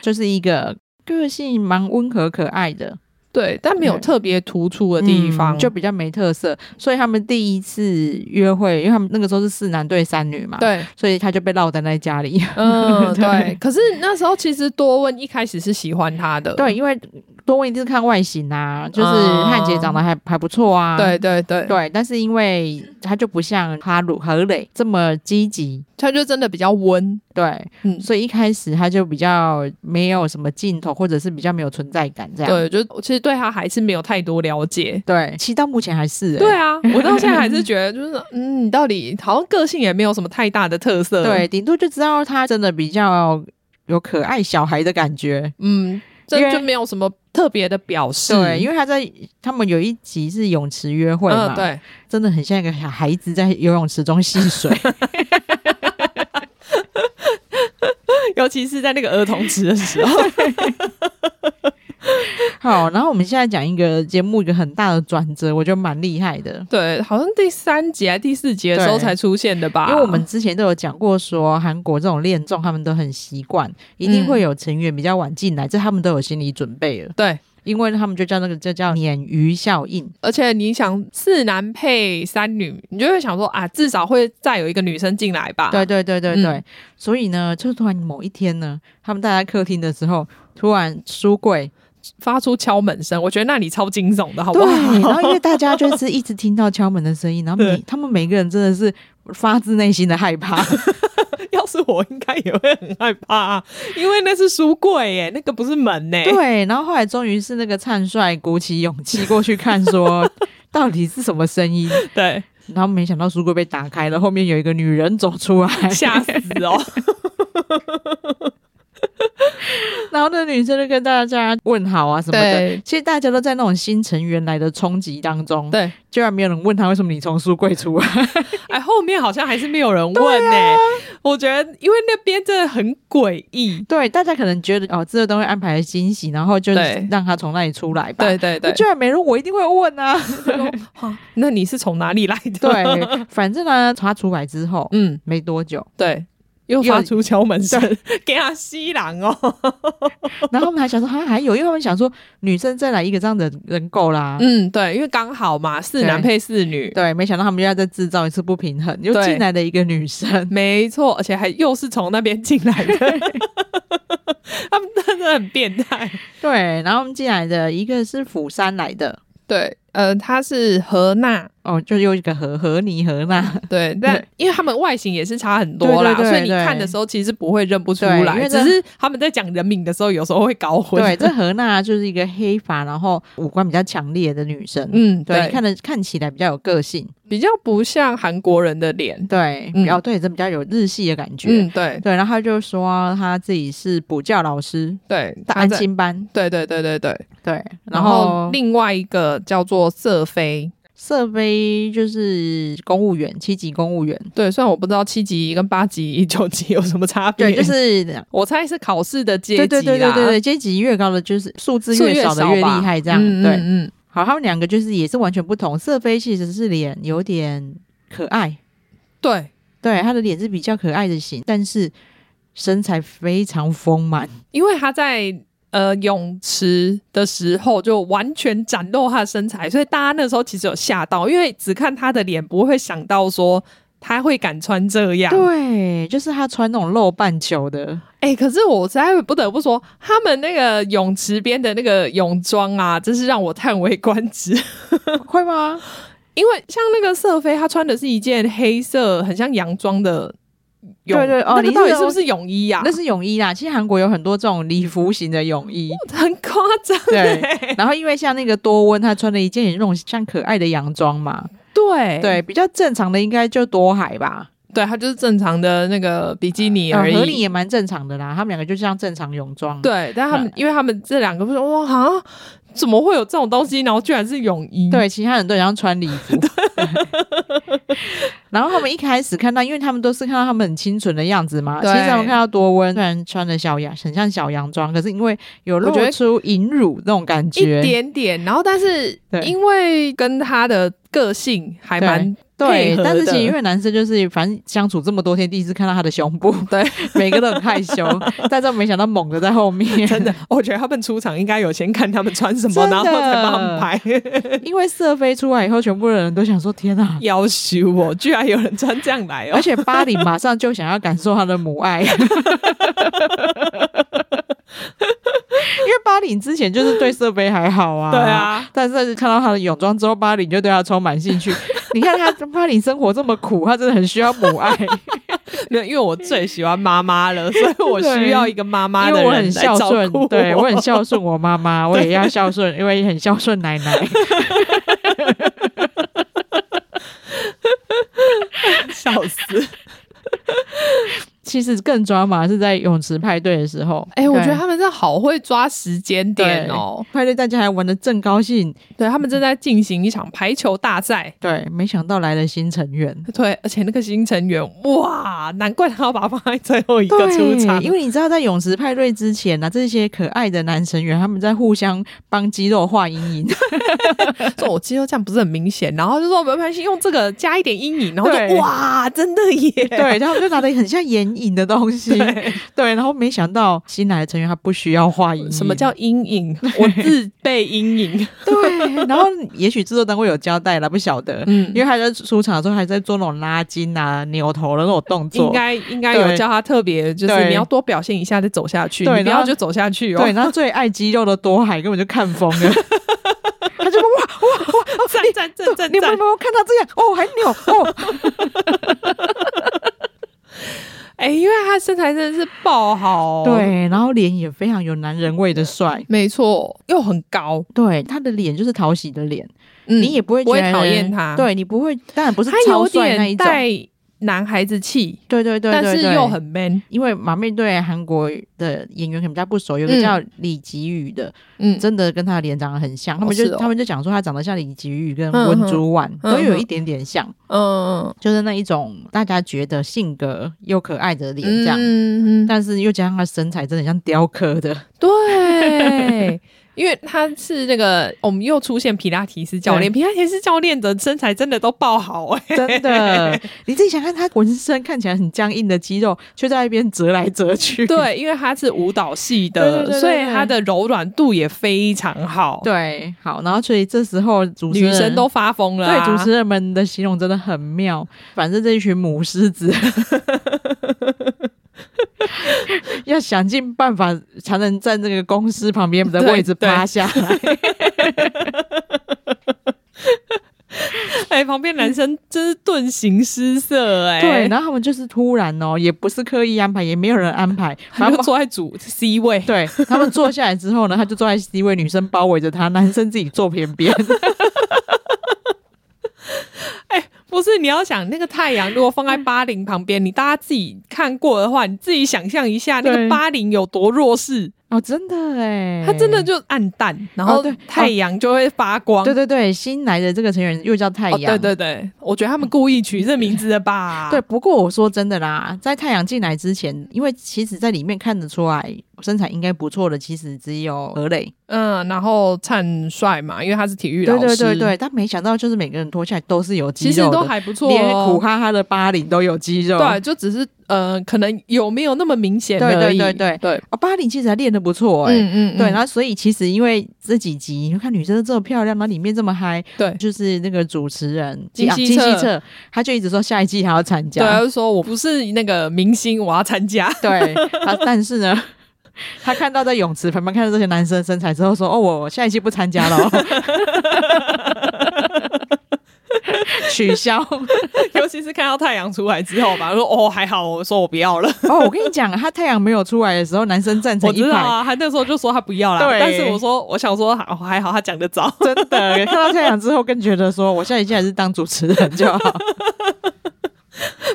B: 就是一个个性蛮温和可爱的
A: 对，但没有
B: 对
A: 特别突出的地方。
B: 嗯就比较没特色。所以他们第一次约会，因为他们那个时候是四男对三女嘛，，
A: 对，
B: 所以他就被落单在家 里。
A: 嗯，
B: 对
A: 对。可是那时候其实多问一开始是喜欢他的，
B: 对，因为多问一定是看外形啊，就是
A: 嗯
B: 汉杰长得还还不错啊，
A: 对对对，
B: 对，但是因为他就不像哈鲁何磊这么积极。
A: 他就真的比较温。
B: 对，
A: 嗯，
B: 所以一开始他就比较没有什么劲头，或者是比较没有存在感这样。
A: 对，就其实对他还是没有太多了解。
B: 对，其实到目前还是、欸、
A: 对啊，我到现在还是觉得，就是 嗯，你到底好像个性也没有什么太大的特色。
B: 对，，顶多就知道他真的比较有可爱小孩的感觉。
A: 嗯，这
B: 因为
A: 就没有什么特别的表示。
B: 对，因为他在他们有一集是泳池约会嘛，
A: 嗯，，对，
B: 真的很像一个小孩子在游泳池中戏 水，
A: 尤其是在那个儿童池的时候，
B: 好，然后我们现在讲一个节目一个很大的转折，我觉得蛮厉害的。
A: 对，好像第三集还第四集的时候
B: 对
A: 才出现的吧？
B: 因为我们之前都有讲过说韩国这种恋综他们都很习惯，一定
A: 嗯
B: 会有成员比较晚进来，这他们都有心理准备了，
A: 对，
B: 因为他们就叫那个就叫鲶鱼效应。
A: 而且你想四男配三女，你就会想说啊，至少会再有一个女生进来吧？
B: 对，对对对对，
A: 嗯
B: 所以呢，就突然某一天呢，他们待在客厅的时候，突然书柜
A: 发出敲门声，我觉得那里超惊悚的，好不
B: 对，
A: 好？
B: 然后因为大家就是一直听到敲门的声音，然后每
A: 对
B: 他们每个人真的是发自内心的害怕。
A: 要是我应该也会很害怕、啊，因为那是书柜耶，那个不是门呢。
B: 对，然后后来终于是那个灿帅鼓起勇气过去看，说 到底是什么声音。
A: 对，
B: 然后没想到书柜被打开了，后面有一个女人走出来，
A: 吓死哦！
B: 然后那女生就跟大家问好啊什么的。
A: 对
B: 其实大家都在那种新成员来的冲击当中，
A: 对，
B: 居然没有人问他为什么你从书柜出 来。
A: 哎，后面好像还是没有人问呢、
B: 啊
A: 我觉得，因为那边真的很诡异。
B: 对，大家可能觉得哦，这个东西安排的惊喜，然后就是
A: 对
B: 让他从那里出来吧。
A: 对对对
B: 那，居然没人，我一定会问 啊。
A: 哈那你是从哪里来的？，
B: 对，反正呢，他出来之后
A: 嗯，
B: 没多 久，
A: 对，又
B: 又
A: 发出敲门声， 给他吸狼哦。
B: 然后他们还想说，啊他还有，因为他们想说，女生再来一个这样的人够啦。
A: 嗯，对，因为刚好嘛，四
B: 对
A: 男配四女，
B: 对，没想到他们又要再制造一次不平衡，又
A: 对
B: 进来了一个女 生。
A: 没错，而且还又是从那边进来的， 他们真的很变态。
B: 对，然后我们进来的一个是釜山来的，
A: 对，呃，她是何娜，
B: 哦，就又一个和和泥和 娜，
A: 对，但因为他们外形也是差很多啦，
B: 对对对
A: 所以你
B: 对
A: 看的时候其实不会认不出
B: 对因
A: 来，
B: 为
A: 只
B: 这
A: 是他们在讲人名的时候有时候会搞混。
B: 对，这和娜就是一个黑发，然后五官比较强烈的女生。
A: 嗯，
B: 对，
A: 对，
B: 看着看起来比较有个性，
A: 比较不像韩国人的脸。
B: 对，
A: 嗯
B: 比较对，这比较有日系的感觉。
A: 嗯，对
B: 对，然后他就说他自己是补教老师，
A: 对，
B: 在
A: 她
B: 安
A: 在。
B: 心班。
A: 对对对对对，
B: 对，然
A: 然
B: 后
A: 后另外一个叫做瑟菲，
B: 瑟菲就是公务员，七级公务员。
A: 对，虽然我不知道七级跟八级、 九级有什么差别，
B: 对， 就是
A: 我猜是考试的阶级
B: 对
A: 啦，
B: 对对对对对，阶级越高的就是数字
A: 是
B: 越少的越厉
A: 吧
B: 害，这样
A: 嗯
B: 对。
A: 嗯嗯，
B: 好，他们两个就是也是完全不同。瑟菲其实是脸有点可爱，
A: 对，
B: 对，她的脸是比较可爱的型，但是身材非常丰满。
A: 因为他在呃泳池的时候就完全展露他的身材，所以大家那时候其实有吓到，因为只看他的脸不会想到说他会敢穿这样。
B: 对，就是她穿那种露半球的，
A: 哎、可是我实在不得不说，他们那个泳池边的那个泳装啊，真是让我叹为观止。
B: 会吗？
A: 因为像那个瑟菲，她穿的是一件黑色，很像洋装的泳，
B: 对对哦
A: 那
B: 你
A: 个
B: 是
A: 到底是不是泳衣呀、啊
B: 那是泳衣啦，其实韩国有很多这种礼服型的泳衣。
A: 很夸张、
B: 对
A: 欸，
B: 然后因为像那个多温，他穿了一件那种像可爱的洋装嘛，
A: 对
B: 对，比较正常的应该就多海吧，
A: 对，它就是正常的那个比基尼
B: 呃
A: 而已。
B: 合理也蛮正常的啦。他们两个就像正常泳装，，
A: 对，但他们、
B: 嗯
A: 因为他们这两个不是哇哈，怎么会有这种东西？然后居然是泳衣，
B: 对，其他人都像穿礼 服。然后他们一开始看到，因为他们都是看到他们很清纯的样子嘛。其
A: 对
B: 实他们看到多温虽然穿的小洋，很像小洋装，可是因为有
A: 我觉
B: 露
A: 得
B: 出隐乳那种感
A: 一
B: 觉，
A: 点点。然后但是
B: 对
A: 因为跟他的个性还蛮
B: 对
A: 配，合
B: 但是其
A: 的
B: 实因为男生就是反正相处这么多天，第一次看到他的胸 部，
A: 对，
B: 每个都很害羞，但是没想到猛的在后 面，
A: 真的，我觉得他们出场应该有先看他们穿什么，
B: 真的
A: 然后再帮他们拍。
B: 因为瑟菲出来以后，全部的人都想说天啊，
A: 要求我，居然有人穿这样来
B: 而
A: 哦！
B: 且巴黎马上就想要感受他的母爱， 因为巴黎之前就是对瑟菲还好啊，
A: 对。 啊，
B: 但是看到他的泳装之后，巴黎就对他充满兴趣。 你看他巴黎生活这么苦，他真的很需要母爱。
A: 没有，因为我最喜欢妈妈了，所以我需要一个妈妈
B: 因
A: 的
B: 为
A: 人
B: 我很
A: 来
B: 孝
A: 照
B: 顺
A: 顾，
B: 对
A: 我
B: 我 很孝顺我妈妈，我也要孝顺，因为很孝顺奶奶。
A: 笑死。
B: 其实更抓马是在泳池派对的时候。
A: 哎、我觉得
B: 对
A: 他们真的好会抓时间点哦。
B: 派对大家还玩的正高兴，
A: 对他们正在进行一场排球大赛。
B: 对，没想到来了新成员。
A: 对，而且那个新成员，哇，难怪他要把他放在最后一个出
B: 对，
A: 场，
B: 因为你知道，在泳池派对之前呢、这些可爱的男成员他们在互相帮肌肉画阴影，
A: 说我肌肉这样不是很明显，然后就说没关系，用这个加一点阴影，然后
B: 对
A: 就哇，真的耶，
B: 对，他们就拿了很像眼影的东西，
A: 啊对
B: 对，然后没想到新来的成员他不需要画阴影，
A: 什么叫阴影？我自备阴影，
B: 对？ 然后也许制作单位有交代了，不晓得，
A: 嗯
B: 因为他在出场的时候还在做那种拉筋啊、扭头的那种动作，
A: 应该应该有
B: 对
A: 叫他特别，就是
B: 对
A: 你要多表现一下再走下去，
B: 对
A: 你不
B: 然
A: 要
B: 后
A: 就走下去哦。
B: 对，然后最爱肌肉的多海根本就看疯了。他就哇哇哇！
A: 站站站站
B: 你们
A: 站
B: 有没！有看他这样？哦，还扭哦，
A: 哎，因为他身材真的是爆好，，哦
B: 对，然后脸也非常有男人味的帅，
A: 没错，又很高，
B: 对，他的脸就是讨喜的脸，
A: 嗯
B: 你也不会
A: 不会
B: 觉得
A: 讨厌他
B: 对你不会，当然不是
A: 他
B: 超
A: 有
B: 帅那一
A: 点
B: 种，
A: 带男孩子气，
B: 对对对对
A: 但是
B: 对
A: 又很 man，
B: 因为马妹对韩国的演员可能比较不熟，有个
A: 嗯
B: 叫李吉宇的，
A: 嗯，
B: 真的跟他的脸长得很像。他们
A: 是
B: 就、
A: 哦
B: 他们就讲说他长得像李吉宇跟
A: 嗯
B: 温竹婉，
A: 嗯
B: 都有
A: 嗯
B: 一点点像，
A: 嗯
B: 就是那一种大家觉得性格又可爱的脸这样。
A: 嗯嗯，
B: 但是又加上他身材真的很像雕刻的，
A: 对。因为他是那个，我们又出现皮拉提斯教练，皮拉提斯教练的身材真的都爆好哎、
B: 真 的，你自己想看他浑身看起来很僵硬的肌肉，却在那边折来折去。
A: 对，因为他是舞蹈系的，
B: 对对对对
A: 所以
B: 对
A: 他的柔软度也非常好。，
B: 对，好，然后所以这时候主持
A: 哦女
B: 人
A: 生都发疯了、啊。
B: 对，主持人们的形容真的很妙。反正这一群母狮子，要想尽办法才能在这个公司旁边的位置
A: 对对
B: 趴下来。
A: 哎、旁边男生真是顿形失色哎、
B: 对，然后他们就是突然哦，也不是刻意安排，也没有人安 排，
A: 他
B: 反
A: 就
B: 正。
A: 坐在主 C 位。
B: 对他们坐下来之后呢，他就坐在 C 位，女生包围着他，男生自己坐边 边。
A: 不是你要想那个太阳，如果放
B: 嗯
A: 在巴林旁边，你大家自己看过的话，你自己想象一下那个
B: 对
A: 巴林有多弱势，
B: 哦，真的哎，
A: 它真的就暗淡，然后
B: 哦对
A: 太阳就会发光。
B: 对对对，新来的这个成员又叫太
A: 哦
B: 阳，
A: 对对对，我觉得他们故意取这名字的吧？
B: 对，，不过我说真的啦，在太阳进来之前，因为其实在里面看得出来身材应该不错的，其实只有何磊。
A: 嗯，然后灿帅嘛，因为他是体育
B: 对
A: 老
B: 对
A: 师，
B: 对对，，但没想到就是每个人脱下来都是有肌
A: 其
B: 肉
A: 实
B: 的，
A: 都还不错、
B: 连苦
A: 哦。
B: 哈哈的巴黎都有肌肉。
A: 对，啊就只是呃，可能有没有那么明显
B: 对对
A: 而已。
B: 对对
A: 对，
B: 啊，巴黎其实还练得不错哎、
A: 嗯
B: 对，然后所以其实因为这几集，你看女生都这么漂亮，然后里面这么嗨，
A: 对
B: 就是那个主持人
A: 金
B: 啊
A: 希
B: 金希
A: 澈
B: 澈，他就一直说下一季还要参加
A: 对，。啊他就说我不是那个明星，我要参加。
B: 对，他但是 呢，他看到在泳池旁边看到这些男生的身材之后，说：“哦，我下一期不参加了哦、 取 消。
A: 尤其是看到太阳出来之后吧，我说哦还好，我说我不 要了，
B: 哦，我跟你讲，他太阳没有出来的时候，男生站成
A: 我
B: 一
A: 知道
B: 排，
A: 啊，他那时候就说他不要啦，
B: 对
A: 但是我说我想说哦还好他讲得早，
B: 真的 看到太阳之后，更觉得说我下一期还是当主持人就好。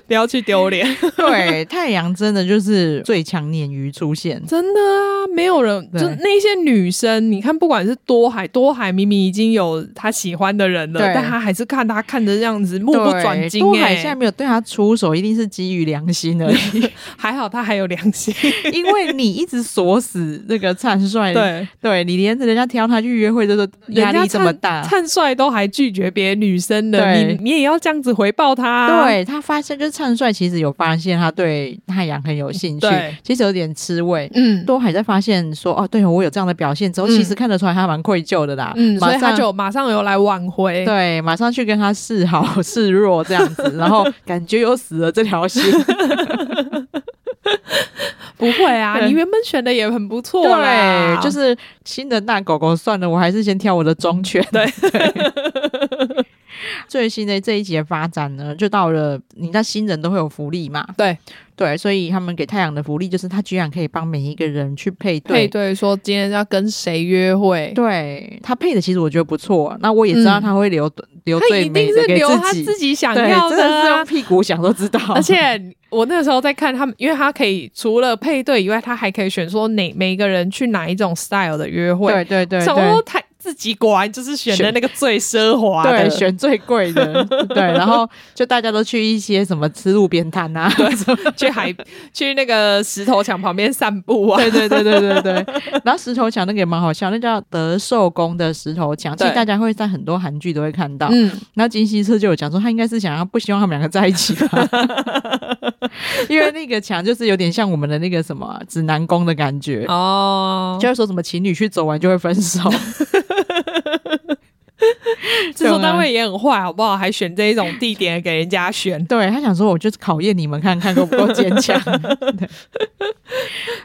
A: 不要去丢脸，
B: 对，太阳真的就是最强鲶鱼出现。
A: 真的啊，没有人
B: 对
A: 就那些女生，你看不管是多海，多海明明已经有他喜欢的人了，
B: 对
A: 但他还是看他看的这样子目不
B: 对
A: 转睛、
B: 多海现在
A: 哎，
B: 没有对他出手，一定是基于良心而 已，
A: 还好他还有良 心，
B: 因为你一直锁死那个灿帅，
A: 对，
B: 对你连人家挑他去约会都是压力这么大，
A: 灿帅都还拒绝别的女生的，
B: 对
A: 你你也要这样子回报他、啊，
B: 对他发现就是灿帅其实有发现他对太阳很有兴趣
A: 嗯对，
B: 其实有点吃味。
A: 嗯，
B: 多海在发现说哦，对哦我有这样的表现之后，
A: 嗯
B: 其实看得出来他蛮愧疚的啦，
A: 嗯，
B: 马
A: 所以
B: 上
A: 他就马上有来挽回，
B: 对，马上去跟他示好 示弱这样子，然后感觉又死了这条心，
A: 不会啊，
B: 对
A: 你原本选的也很不错啦，
B: 对，就是新的大狗狗算了，我还是先挑我的忠犬。对。 最新的这一集的发展呢，就到了你知道新人都会有福利嘛，
A: 对
B: 对，所以他们给太阳的福利就是，他居然可以帮每一个人去配对。
A: 配对说今天要跟谁约会，
B: 对他配的其实我觉得不错，那我也知道他会留、留
A: 他
B: 最
A: 一
B: 美
A: 定
B: 的
A: 是
B: 给
A: 留他
B: 己，
A: 自己想
B: 对，
A: 要
B: 真的是
A: 啊
B: 用屁股想都知道。
A: 而且我那个时候在看他们，因为他可以除了配对以外，他还可以选说哪每个人去哪一种 style 的约会。
B: 对对对
A: 想说
B: 对。
A: 他自己果然就是选的
B: 选
A: 那个最奢华的，
B: 对，选最贵的，对，然后就大家都去一些什么吃路边摊啊，
A: 去海去那个石头墙旁边散 步啊。
B: 对对对对对对。然后石头墙那个也蛮好笑，那叫德寿宫的石头墙，其实
A: 对
B: 大家会在很多韩剧都会看到。
A: 嗯，
B: 然后金希澈就有讲说，他应该是想要不希望他们两个在一起 吧，因为那个墙就是有点像我们的那个什么啊指南宫的感觉，
A: 哦，
B: 就是说什么情侣去走完就会分 手。
A: 制作
B: 懂啊
A: 单位也很坏，好不好？还选这一种地点给人家选。
B: 对他想说，我就是考验你们看看够不够坚 强。对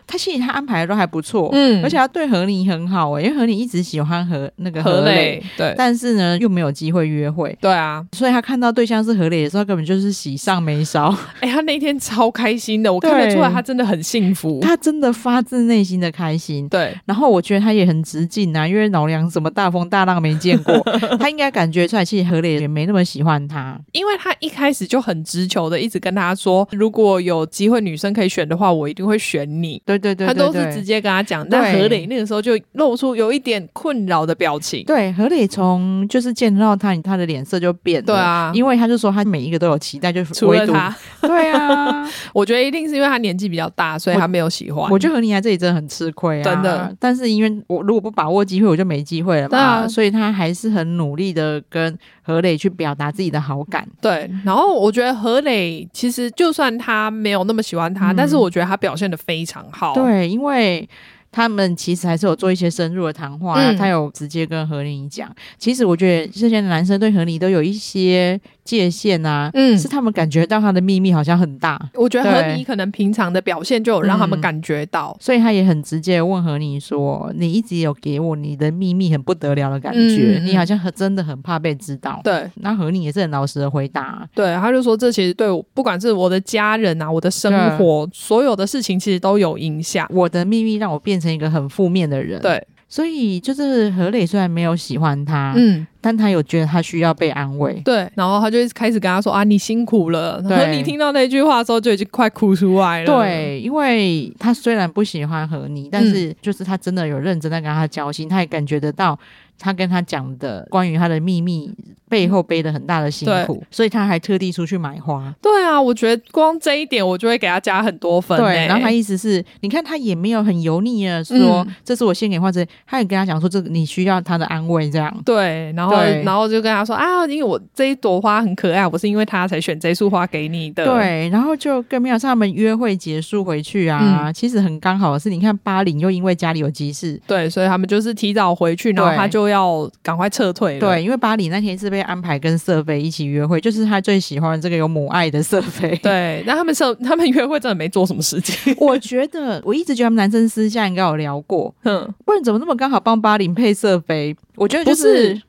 B: 他心里他安排的都还不错，
A: 嗯
B: 而且他对何林很好哎、因为何林一直喜欢何那个
A: 何
B: 磊，
A: 磊，对
B: 但是呢又没有机会约会，
A: 对啊，
B: 所以他看到对象是何磊的时候，他根本就是喜上眉 梢，
A: 哎、他那一天超开心的，我看
B: 对
A: 得出来他真的很幸福。
B: 他真的发自内心的开心。
A: 对，
B: 然后我觉得他也很直进啊，因为老梁什么大风大浪没见 过，他应该感觉出来，其实何磊也没那么喜欢他。
A: 因为他一开始就很直球的，一直跟他说，如果有机会女生可以选的话，我一定会选你。
B: 对对对
A: 他
B: 对
A: 都是
B: 对
A: 直接跟他讲，但
B: 对
A: 何磊那个时候就露出有一点困扰的表情。
B: 对，何磊从就是见到他，他的脸色就变了。
A: 对啊
B: 因为他就说他每一个都有期待，就
A: 除
B: 唯
A: 了
B: 独
A: 他，
B: 对啊，
A: 我觉得一定是因为他年纪比较大，所以
B: 我
A: 他没有喜欢。
B: 我觉得何林来这里真的很吃亏啊，
A: 真的。
B: 但是因为我如果不把握机会，我就没机会了嘛，
A: 对啊
B: 所以他还是很努力的跟何磊去表达自己的好感。
A: 对，然后我觉得何磊其实就算他没有那么喜欢他，
B: 嗯
A: 但是我觉得他表现的非常好。
B: 对，因为他们其实还是有做一些深入的谈话、啊，
A: 嗯
B: 他有直接跟何林讲。其实我觉得这些男生对何林都有一些界限啊，
A: 嗯
B: 是他们感觉到他的秘密好像很大。
A: 我觉得
B: 对嗯
A: 何妮可能平常的表现就有让他们感觉到，
B: 所以他也很直接地问何你说：“你一直有给我你的秘密很不得了的感觉，
A: 嗯嗯
B: 你好像很真的很怕被知道。”
A: 对
B: 那何你也是很老实的回答，
A: 对，他就说这其实对我，不管是我的家人啊，我的生活，所有的事情其实都有影响。
B: 我的秘密让我变成一个很负面的人。，
A: 对，
B: 所以就是何磊虽然没有喜欢他，
A: 嗯，
B: 但他有觉得他需要被安慰。
A: 对，然后他就开始跟他说啊，你辛苦了。
B: 对
A: 然后你听到那句话的时候，就已经快哭出来了。，嗯
B: 对，因为他虽然不喜欢何妮，但是就是他真的有认真在跟他交心，他也感觉得到他跟他讲的关于他的秘密背后背了很大的辛
A: 对
B: 苦，所以他还特地出去买花。
A: 对啊，我觉得光这一点，我就会给他加很多分、欸。
B: 对，然后他意思是，你看他也没有很油腻的说，
A: 嗯
B: 这是我献给花之类，他也跟他讲说，这个你需要他的安慰，这样。
A: 对，然后
B: 对
A: 然后就跟他说啊，因为我这一朵花很可爱，我是因为它才选这束花给你的。，
B: 对，然后就更妙是他们约会结束回去啊，其实很刚好的是，你看巴林又因为家里有急事，
A: 对，所以他们就是提早回去，然后
B: 对
A: 他就要赶快撤退了。
B: 对，因为巴林那天是被安排跟瑟菲一起约会，就是他最喜欢这个有母爱的瑟菲。
A: 对，那他们是他们约会真的没做什么事情。
B: 我觉得我一直觉得他们男生私下应该有聊过，
A: 嗯，
B: 不然怎么那么刚好帮巴林配瑟菲？我觉得就
A: 不
B: 是
A: 是，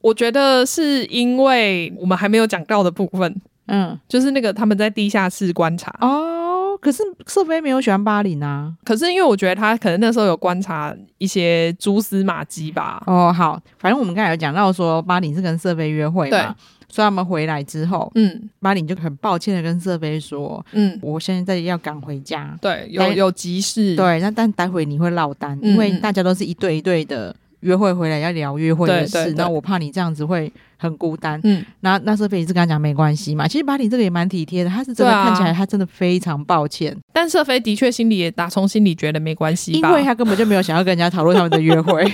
A: 我觉得是因为我们还没有讲到的部分，
B: 嗯，
A: 就是那个他们在地下室观察。
B: 哦，可是瑟菲没有喜欢巴林啊。
A: 可是因为我觉得他可能那时候有观察一些蛛丝马迹吧。
B: 哦，好，反正我们刚才有讲到说，巴林是跟瑟菲约会嘛，所以他们回来之后，
A: 嗯
B: 巴林就很抱歉的跟瑟菲说
A: 嗯：“，
B: 我现在要赶回家。
A: 对，有
B: 但
A: 有急事。
B: 哎对，那但待会你会落单，
A: 嗯
B: 因为大家都是一对一对的约会回来要聊约会的
A: 对对
B: 事，
A: 对
B: 那我怕你这样子会很孤单。
A: 嗯，
B: 那那瑟菲也是跟他讲没关系嘛。其实巴林这个也蛮体贴的，他是真的
A: 对啊
B: 看起来他真的非常抱歉，
A: 但瑟菲的确心里也打从心里觉得没关系
B: 因
A: 吧，
B: 为他根本就没有想要跟人家讨论他们的约会。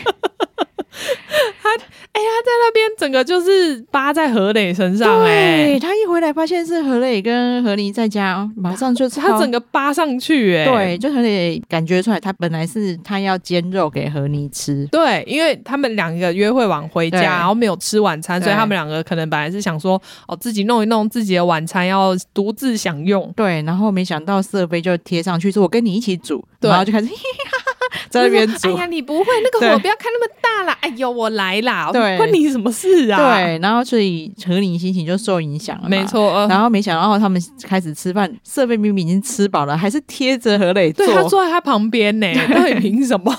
A: 那边整个就是扒在何磊身 上哎、
B: 对他一回来发现是何磊跟何妮在家，哦马上就
A: 他
B: 超
A: 整个扒上去哎、
B: 对，就很得感觉出来，他本来是他要煎肉给何妮吃，
A: 对，因为他们两个约会晚回家，
B: 对
A: 然后没有吃晚餐，
B: 对
A: 所以他们两个可能本来是想说哦自己弄一弄自己的晚餐要独自享用，
B: 对，然后没想到瑟菲就贴上去说：“我跟你一起煮。”
A: 对
B: 然后就开始嘿嘿哈哈在那边
A: 就说
B: 煮
A: 哎。呀，你不会那个
B: 对
A: 火不要开那么大啦，哎呦我来啦，
B: 对
A: 关你什么事啊？，
B: 对，然后所以何妮心情就受影响了嘛
A: 没。错，呃、
B: 然后没想到他们开始吃饭，瑟菲明明已经吃饱了，还是贴着何磊
A: 对
B: 坐。
A: 他坐在他旁边 呢、到底凭什么？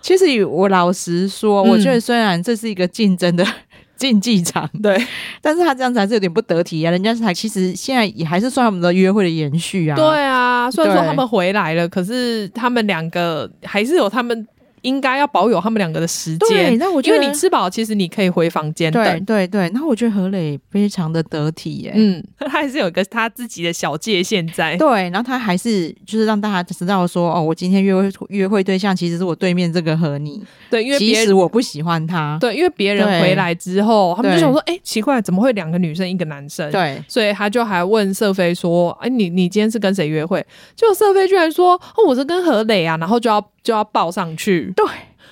B: 其实我老实说，
A: 嗯
B: 我觉得虽然这是一个竞争的 竞技场。
A: 对，
B: 但是他这样子还是有点不得体啊，人家才其实现在也还是算他们的约会的延续啊。
A: 对啊，虽然说
B: 对
A: 他们回来了，可是他们两个还是有他们应该要保有他们两个的时
B: 对，
A: 间。
B: 那我
A: 因
B: 觉得
A: 为你吃饱，其实你可以回房间
B: 对
A: 等。
B: 对对，然后我觉得何磊非常的得体耶、
A: 嗯， 他还是有一个他自己的小界限在。
B: 对，然后他还是就是让大家知道说，哦，我今天约会约会对象其实是我对面这个和你，
A: 对，因为
B: 其
A: 别
B: 实我不喜欢他。
A: 对，因为别人
B: 对
A: 回来之后，他们就
B: 对
A: 想说，哎、奇怪，怎么会两个女生一个男生？，
B: 对
A: 所以他就还问瑟菲说，哎、你你今天是跟谁约会？结果瑟菲居然说，哦，我是跟何磊啊，然后就要就要报上去。
B: 对，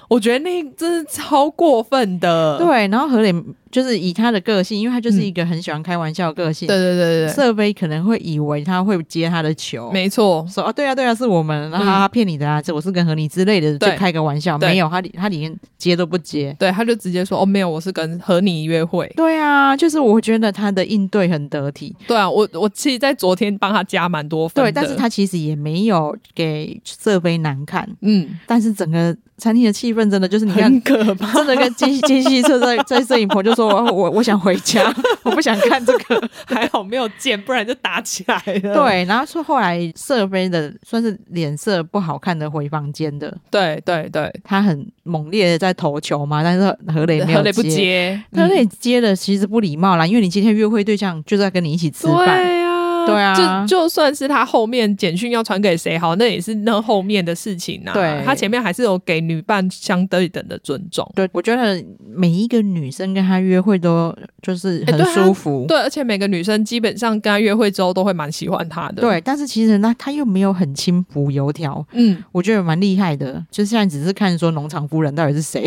A: 我觉得那真是超过分的。
B: 对，然后何磊就是以他的个性，因为他就是一个很喜欢开玩笑的个性，
A: 对对对对对，
B: 瑟菲可能会以为他会接他的球，
A: 没错，
B: 说啊，对啊，对啊，是我们，然后他骗你的啊，这我是跟和你之类的，就
A: 对
B: 开个玩笑，
A: 对
B: 没有，他他连接都不接。
A: 对，他就直接说，哦，没有，我是跟和你约会。
B: 对啊，就是我觉得他的应对很得体，
A: 对啊，我我其实，在昨天帮他加蛮多分
B: 对，
A: 的。
B: 但是他其实也没有给瑟菲难看，
A: 嗯，
B: 但是整个餐厅的气氛真的就是你看
A: 很。可怕。
B: 真的跟金金希澈在在摄影棚就说我我我想回家， 我不想看这个。
A: 还好没有见，不然就打起来 了。
B: 对，然后说后来瑟菲的算是脸色不好看的回房间的，
A: 对对对，
B: 他很猛烈的在投球嘛，但是何磊没有
A: 何磊不接，嗯
B: 他那里接了其实不礼貌啦，因为你今天约会对象就在跟你一起吃饭，
A: 对啊，
B: 对啊
A: 就就算是他后面简讯要传给谁好，那也是那后面的事情啊。
B: 对
A: 他前面还是有给女伴相对等的尊重。
B: 对我觉得每一个女生跟他约会都就是
A: 哎
B: 很
A: 对啊
B: 舒服，
A: 对，而且每个女生基本上跟他约会之后都会蛮喜欢他的。，
B: 对但是其实呢，他又没有很轻浮油条，
A: 嗯，
B: 我觉得蛮厉害的。就现在只是看说农场夫人到底是 谁，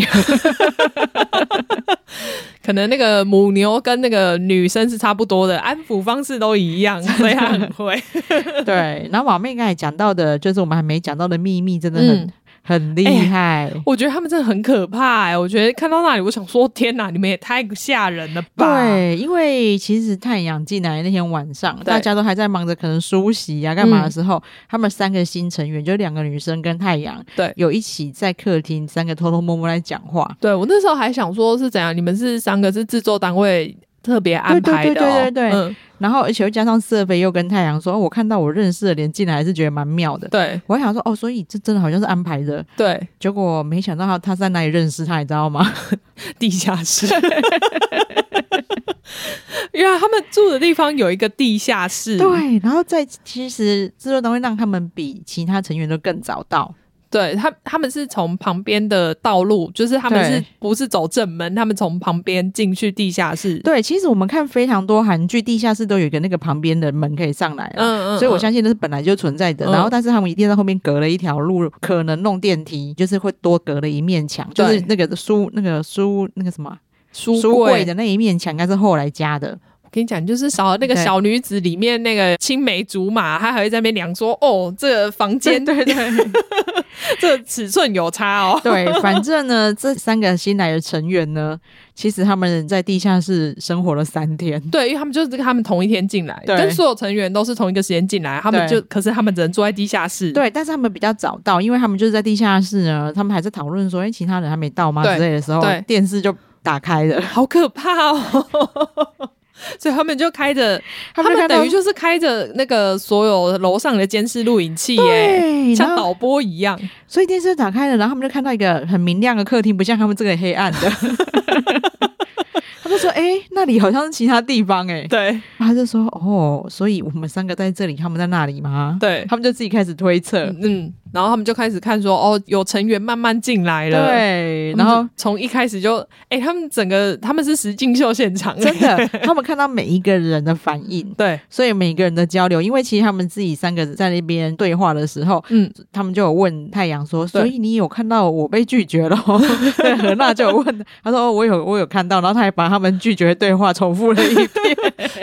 A: 可能那个母牛跟那个女生是差不多的，安抚方式都 一样，所以他很会。
B: 对。然后马妹刚才讲到的，就是我们还没讲到的秘密，真的很、
A: 嗯
B: 很厉
A: 哎
B: 害。
A: 我觉得他们真的很可怕哎、我觉得看到那里，我想说，天哪，你们也太吓人了吧？
B: 对，因为其实太阳进来那天晚上，
A: 对嗯
B: 大家都还在忙着可能梳洗呀、干嘛的时候，他们三个新成员，就两个女生跟太阳，
A: 对
B: 有一起在客厅，三个偷偷摸摸在讲话。
A: 对我那时候还想说是怎样，你们是三个是制作单位特别安排的、
B: 对对
A: 哦，
B: 对对对
A: 嗯，
B: 然后，而且又加上瑟菲又跟太阳说、哦我看到我认识的连进来，还是觉得蛮妙的。
A: 对
B: 我还想说，哦，所以这真的好像是安排的。
A: 对，
B: 结果没想到他他在哪里认识他，你知道吗？
A: 地下 室。原来他们住的地方有一个地下室，
B: 对，然后在其实制作单位让他们比其他成员都更早到。
A: 对，他他们是从旁边的道路，就是他们
B: 对
A: 是不是走正门？他们从旁边进去地下室。
B: 对，其实我们看非常多韩剧，地下室都有一个那个旁边的门可以上来了。
A: 嗯嗯，
B: 所以我
A: 在
B: 相信那是本来就存在的，
A: 嗯
B: 然后但是他们一定在后面隔了一条路，可能弄电梯，就是会多隔了一面墙，就
A: 对
B: 是那个书那个书那个什么
A: 书
B: 书柜
A: 的，
B: 的那一面墙，应该是后来加的。
A: 我跟你讲，就是少了那个
B: 对
A: 小女子里面那个青梅竹马，她还会在那边量说，哦，这个房间
B: 对对
A: 这个尺寸有差哦。
B: 对，反正呢，这三个新来的成员呢，其实他们在地下室生活了三天。
A: 对，因为他们就是跟他们同一天进来，
B: 对
A: 跟所有成员都是同一个时间进来，他们
B: 对
A: 就可是他们只能坐在地下室。
B: 对，但是他们比较早到，因为他们就是在地下室呢，他们还在讨论说，哎、其他人还没到吗？
A: 对
B: 之类的时候
A: 对，
B: 电视就打开了，
A: 好可怕哦！ 所以他们就开着， 他
B: 就
A: 们
B: 看到
A: 等于就是开着那个所有楼上的监视录影器耶，
B: 对，然
A: 像
B: 后
A: 导播一样。
B: 所以电视打开了，然后他们就看到一个很明亮的客厅，不像他们这个黑暗的。 他们说：“哎、那里好像是其他地方哎、
A: 对
B: 他就说：“哦，所以我们三个在这里，他们在那里吗？”
A: 对，
B: 他们就自己开始推测。
A: 嗯嗯，然后他们就开始看说，哦，有成员慢慢进来了。
B: 对，
A: 他
B: 然
A: 们
B: 后
A: 就从一开始就，哎、他们整个他们是实境秀现场，
B: 真的，他们看到每一个人的反应，
A: 对，
B: 所以每个人的交流，因为其实他们自己三个在那边对话的时候，
A: 嗯，
B: 他们就有问太阳说：“
A: 对
B: 所以你有看到我被拒绝了 哦？”对，何娜就有问，他说：“哦，我有，我有看到。”然后他还把他们拒绝的对话重复了 一遍。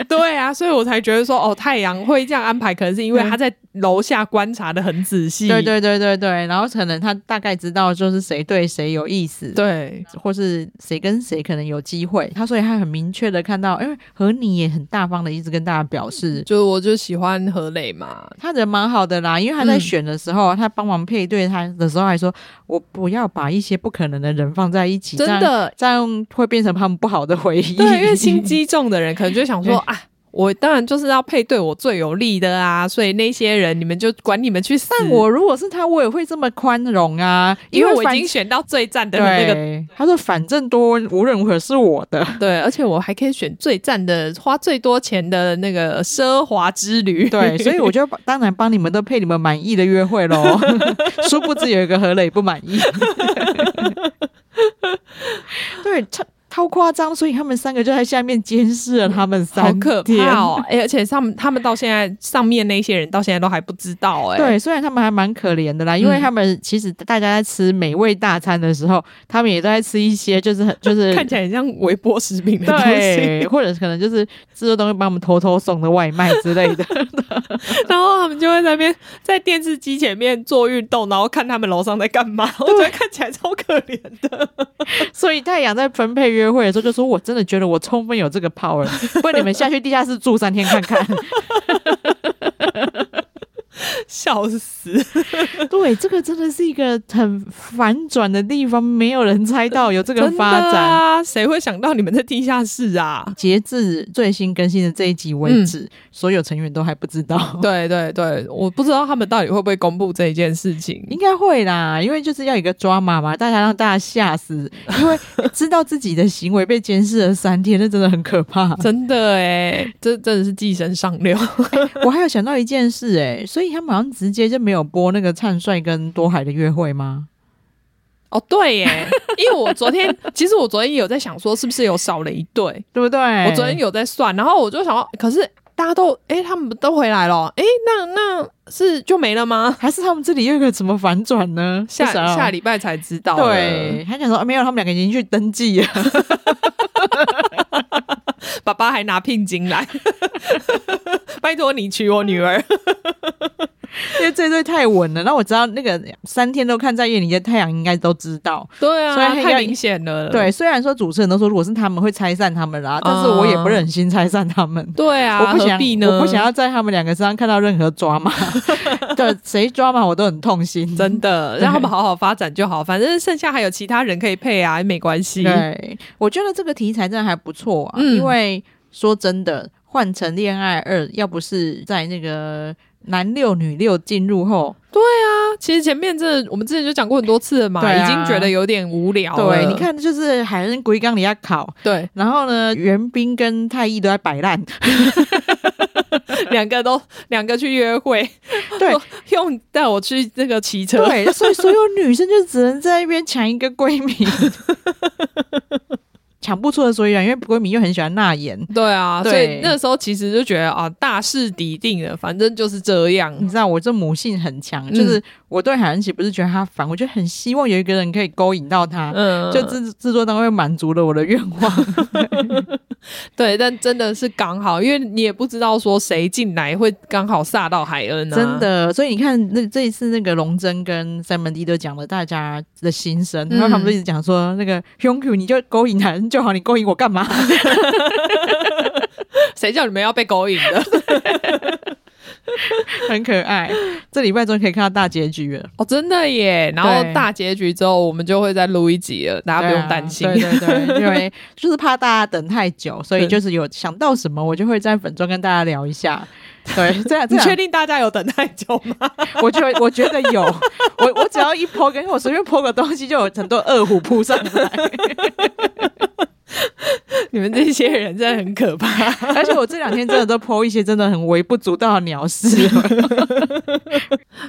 A: 对啊，嗯所以我才觉得说，哦，太阳会这样安排，可能是因为他在楼下观察的很仔细。
B: 对对对对对，然后可能他大概知道就是谁对谁有意思，，
A: 对，
B: 或是谁跟谁可能有机会，他所以他很明确的看到，因为和你也很大方的一直跟大家表示。
A: 就我就喜欢何磊嘛，
B: 他人蛮好的啦，因为他在选的时候，他帮忙配对他的时候还说：“我不要把一些不可能的人放在一起，
A: 真
B: 这样，
A: 的，
B: 这样会变成他们不好的回 忆。”
A: 对，因为心机重的人可能就想说
B: 对
A: 啊。我当然就是要配对我最有利的啊，所以那些人你们就管你们去死。
B: 但我如果是他，我也会这么宽容啊，
A: 因为我
B: 反
A: 已经选到最赞的
B: 对
A: 那个，
B: 他说反正多无论如何是我 的，
A: 对，而且我还可以选最赞的，花最多钱的那个奢华之旅。
B: 对，所以我就当然帮你们都配你们满意的约会喽。殊不知有一个何磊不满 意，对，超超夸张，所以他们三个就在下面监视了他们
A: 好
B: 三
A: 可
B: 天
A: 怕哦！哎、而且他们他们到现在上面那些人到现在都还不知道哎、
B: 对，虽然他们还蛮可怜的啦，因为
A: 嗯
B: 他们其实大家在吃美味大餐的时候，他们也都在吃一些就是很就是
A: 看起来很像微波食 品的东西，
B: 对，或者可能就是制作单位帮我们偷偷送的外卖之类 的。
A: 然后他们就会在那边在电视机前面做运动，然后看他们楼上在干嘛，我觉得看起来超可怜的。
B: 所以太阳在分配约会的时候就说：“我真的觉得我充分有这个 power，不然你们下去地下室住三天看看。
A: 笑死！”
B: 对，这个真的是一个很反转的地方，没有人猜到有这个
A: 真的
B: 发展。
A: 啊，谁会想到你们在地下室啊？
B: 截至最新更新的这一集
A: 嗯
B: 为止，所有成员都还不知道。
A: 对对对，我不知道他们到底会不会公布这一件事情。
B: 应该会啦，因为就是要有一个抓马嘛，大家让大家吓死，因为欸知道自己的行为被监视了三天，那真的很可怕。
A: 真的哎，这真的是寄生上流。
B: 我还有想到一件事、哎，所以他们好像直接就没有播那个灿帅跟多海的约会吗？
A: 哦，对耶，因为我昨天 其实我昨天也有在想说，是不是有少了一对？
B: 对不对？
A: 我昨天有在算，然后我就想说，可是大家都哎、他们都回来了，哎、那那是就没了吗？
B: 还是他们这里又有个怎么反转呢？
A: 下
B: 不知道
A: 下礼拜才知道。，
B: 对，他想说、啊、没有，他们两个已经去登记 了。
A: 爸爸还拿聘金 来，拜托你娶我女儿。
B: 因为这对太稳了。那我知道那个三天都看在夜里的太阳应该都知道。
A: 对啊，
B: 所以他应
A: 太
B: 该
A: 明显了。
B: 对，虽然说主持人都说如果是他们会拆散他们啦，但是我也不忍心拆散他们。
A: 啊对啊，
B: 我不想
A: 何必呢？
B: 我不想要在他们两个身上看到任何抓马。 对，谁抓马我都很痛心。
A: 真的让他们好好发展就好，反正剩下还有其他人可以配 啊，也没关系。
B: 对，我觉得这个题材真的还不错啊，
A: 嗯
B: 因为说真的，换成《恋爱二》，要不是在那个男六女六进入后，
A: 其实前面这我们之前就讲过很多次了嘛，
B: 对啊
A: 已经觉得有点无聊了。
B: 对，你，看就是海恩鬼刚里要考。
A: 对，
B: 然后呢，袁冰跟太一都在摆烂，
A: 两个都两个去约会，
B: 对
A: 用带我去那个骑车，
B: 对，所以所有女生就只能在那边抢一个闺 蜜，抢不出的所以然，因为闺蜜又很喜欢纳言，
A: 对啊，
B: 对
A: 所以那时候其实就觉得啊，大势已定了，反正就是这样。
B: 你知道我这母性很强，就是
A: 嗯
B: 我对海恩琪不是觉得她烦，我就很希望有一个人可以勾引到她，
A: 嗯，
B: 就制制作单位满足了我的愿 望。
A: 对，但真的是刚好，因为你也不知道说谁进来会刚好煞到海恩啊，
B: 真。的，所以你看，那这一次那个龙真跟三门弟都讲了大家的心声，然
A: 嗯
B: 后他们都一直讲说，那个 h y u n Q 你就勾引男人就好，你勾引我干 嘛？
A: 谁叫你们要被勾引的？
B: 很可爱。这礼拜终于可以看到大结局了，
A: 哦，真的耶！然后
B: 对
A: 大结局之后，我们就会再录一集了，大家不
B: 对啊
A: 用担心。
B: 对对对，因为就是怕大家等太久，所以
A: 对
B: 就是有想到什么，我就会在粉中跟大家聊一下。 对，这样这
A: 你
B: 样
A: 确定大家有等太久吗？
B: 我觉得我觉得有，我我只要一泼跟我随便泼个东西，就有很多二虎扑上来。
A: 你们这些人真的很可怕。
B: 而且我这两天真的都泼一些真的很微不足道的鸟 事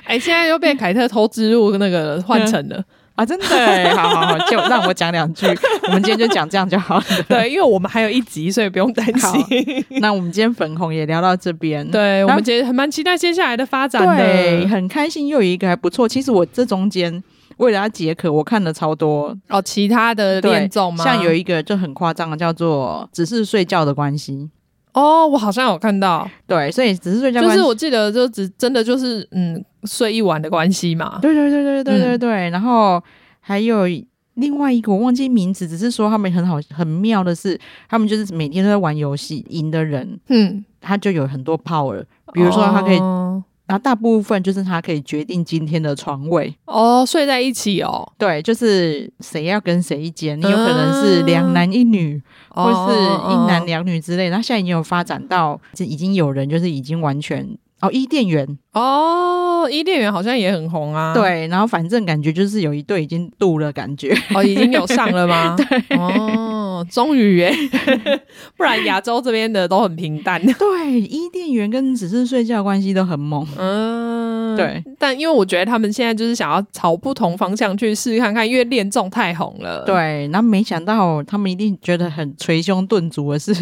A: 哎、现在又被凯特偷植入那个换成了，
B: 啊，真的耶。好好好，就让我讲两句，我们今天就讲这样就好了。
A: 对，因为我们还有一集，所以不用担
B: 好
A: 心。
B: 那我们今天粉红也聊到这边，
A: 对，我
B: 那
A: 们觉得很蛮期待接下来的发展
B: 对，
A: 的。
B: 很开心又有一个还不错。其实我这中间为了要解渴，我看了超多。
A: 哦，其他的
B: 对
A: 恋综吗？
B: 像有一个就很夸张的，叫做“只是睡觉的关系
A: 哦，我好像有看到，”。
B: 对，所以只是睡觉
A: 就
B: 关系
A: 是我记得就只真的就是嗯，睡一晚的关系嘛。
B: 对对对对对
A: 嗯
B: 对对，然后还有另外一个我忘记名字，只是说他们很好很妙的是，他们就是每天都在玩游戏，赢的人
A: 嗯，
B: 他就有很多 power，比如说他可以，
A: 哦，
B: 然后大部分就是他可以决定今天的床位，
A: 哦睡在一起哦，
B: 对，就是谁要跟谁一间，你有可能是
A: 嗯
B: 两男一女，
A: 哦
B: 或是一男两女之类的。那现在已经有发展到，就已经有人就是已经完全哦伊甸园
A: 哦，伊甸园好像也很红啊。，
B: 对，然后反正感觉就是有一对已经度了感觉。
A: 哦，已经有上了吗？ 对，哦，终于耶， 不然亚洲这边的都很平淡。
B: 对，伊甸园跟只是睡觉关系都很猛。
A: 嗯，
B: 对。
A: 但因为我觉得他们现在就是想要朝不同方向去试试看看，因为恋综太红了。，
B: 对，然后没想到他们一定觉得很捶胸顿足的是，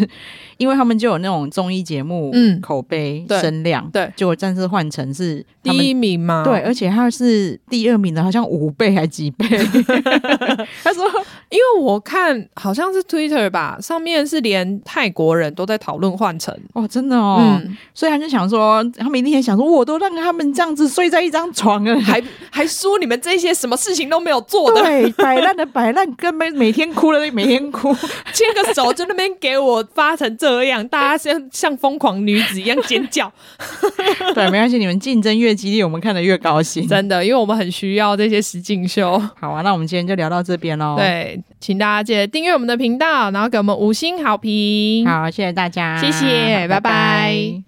B: 因为他们就有那种综艺节目，
A: 嗯
B: 口碑
A: 对
B: 声量，
A: 对
B: 结果战士换成是他
A: 第
B: 们
A: 一名嘛。
B: 对，，而且他是第二名的，好像五倍还几 倍。他说
A: 因为我看好像是 Twitter 吧，上面是连泰国人都在讨论换乘。：“
B: 哦，真的哦。
A: 嗯，
B: 所以他就想说，他们一定也想说，我都让他们这样子睡在一张床了，
A: 还 还说你们这些什么事情都没有做 的，
B: 对摆烂的摆烂，根本每天哭了每天 哭。
A: 牵个手就那边给我发成这样，大家像像疯狂女子一样尖叫，
B: 对，没关系，你们竞争越激烈，我们看得越高兴。
A: 真的，因为我们很需要这些实境秀。
B: 好啊，那我们今天就聊到这边喽。，
A: 对，请大家记得订阅我们的频道，然后给我们五星好评。
B: 好，谢谢大家，
A: 谢谢拜拜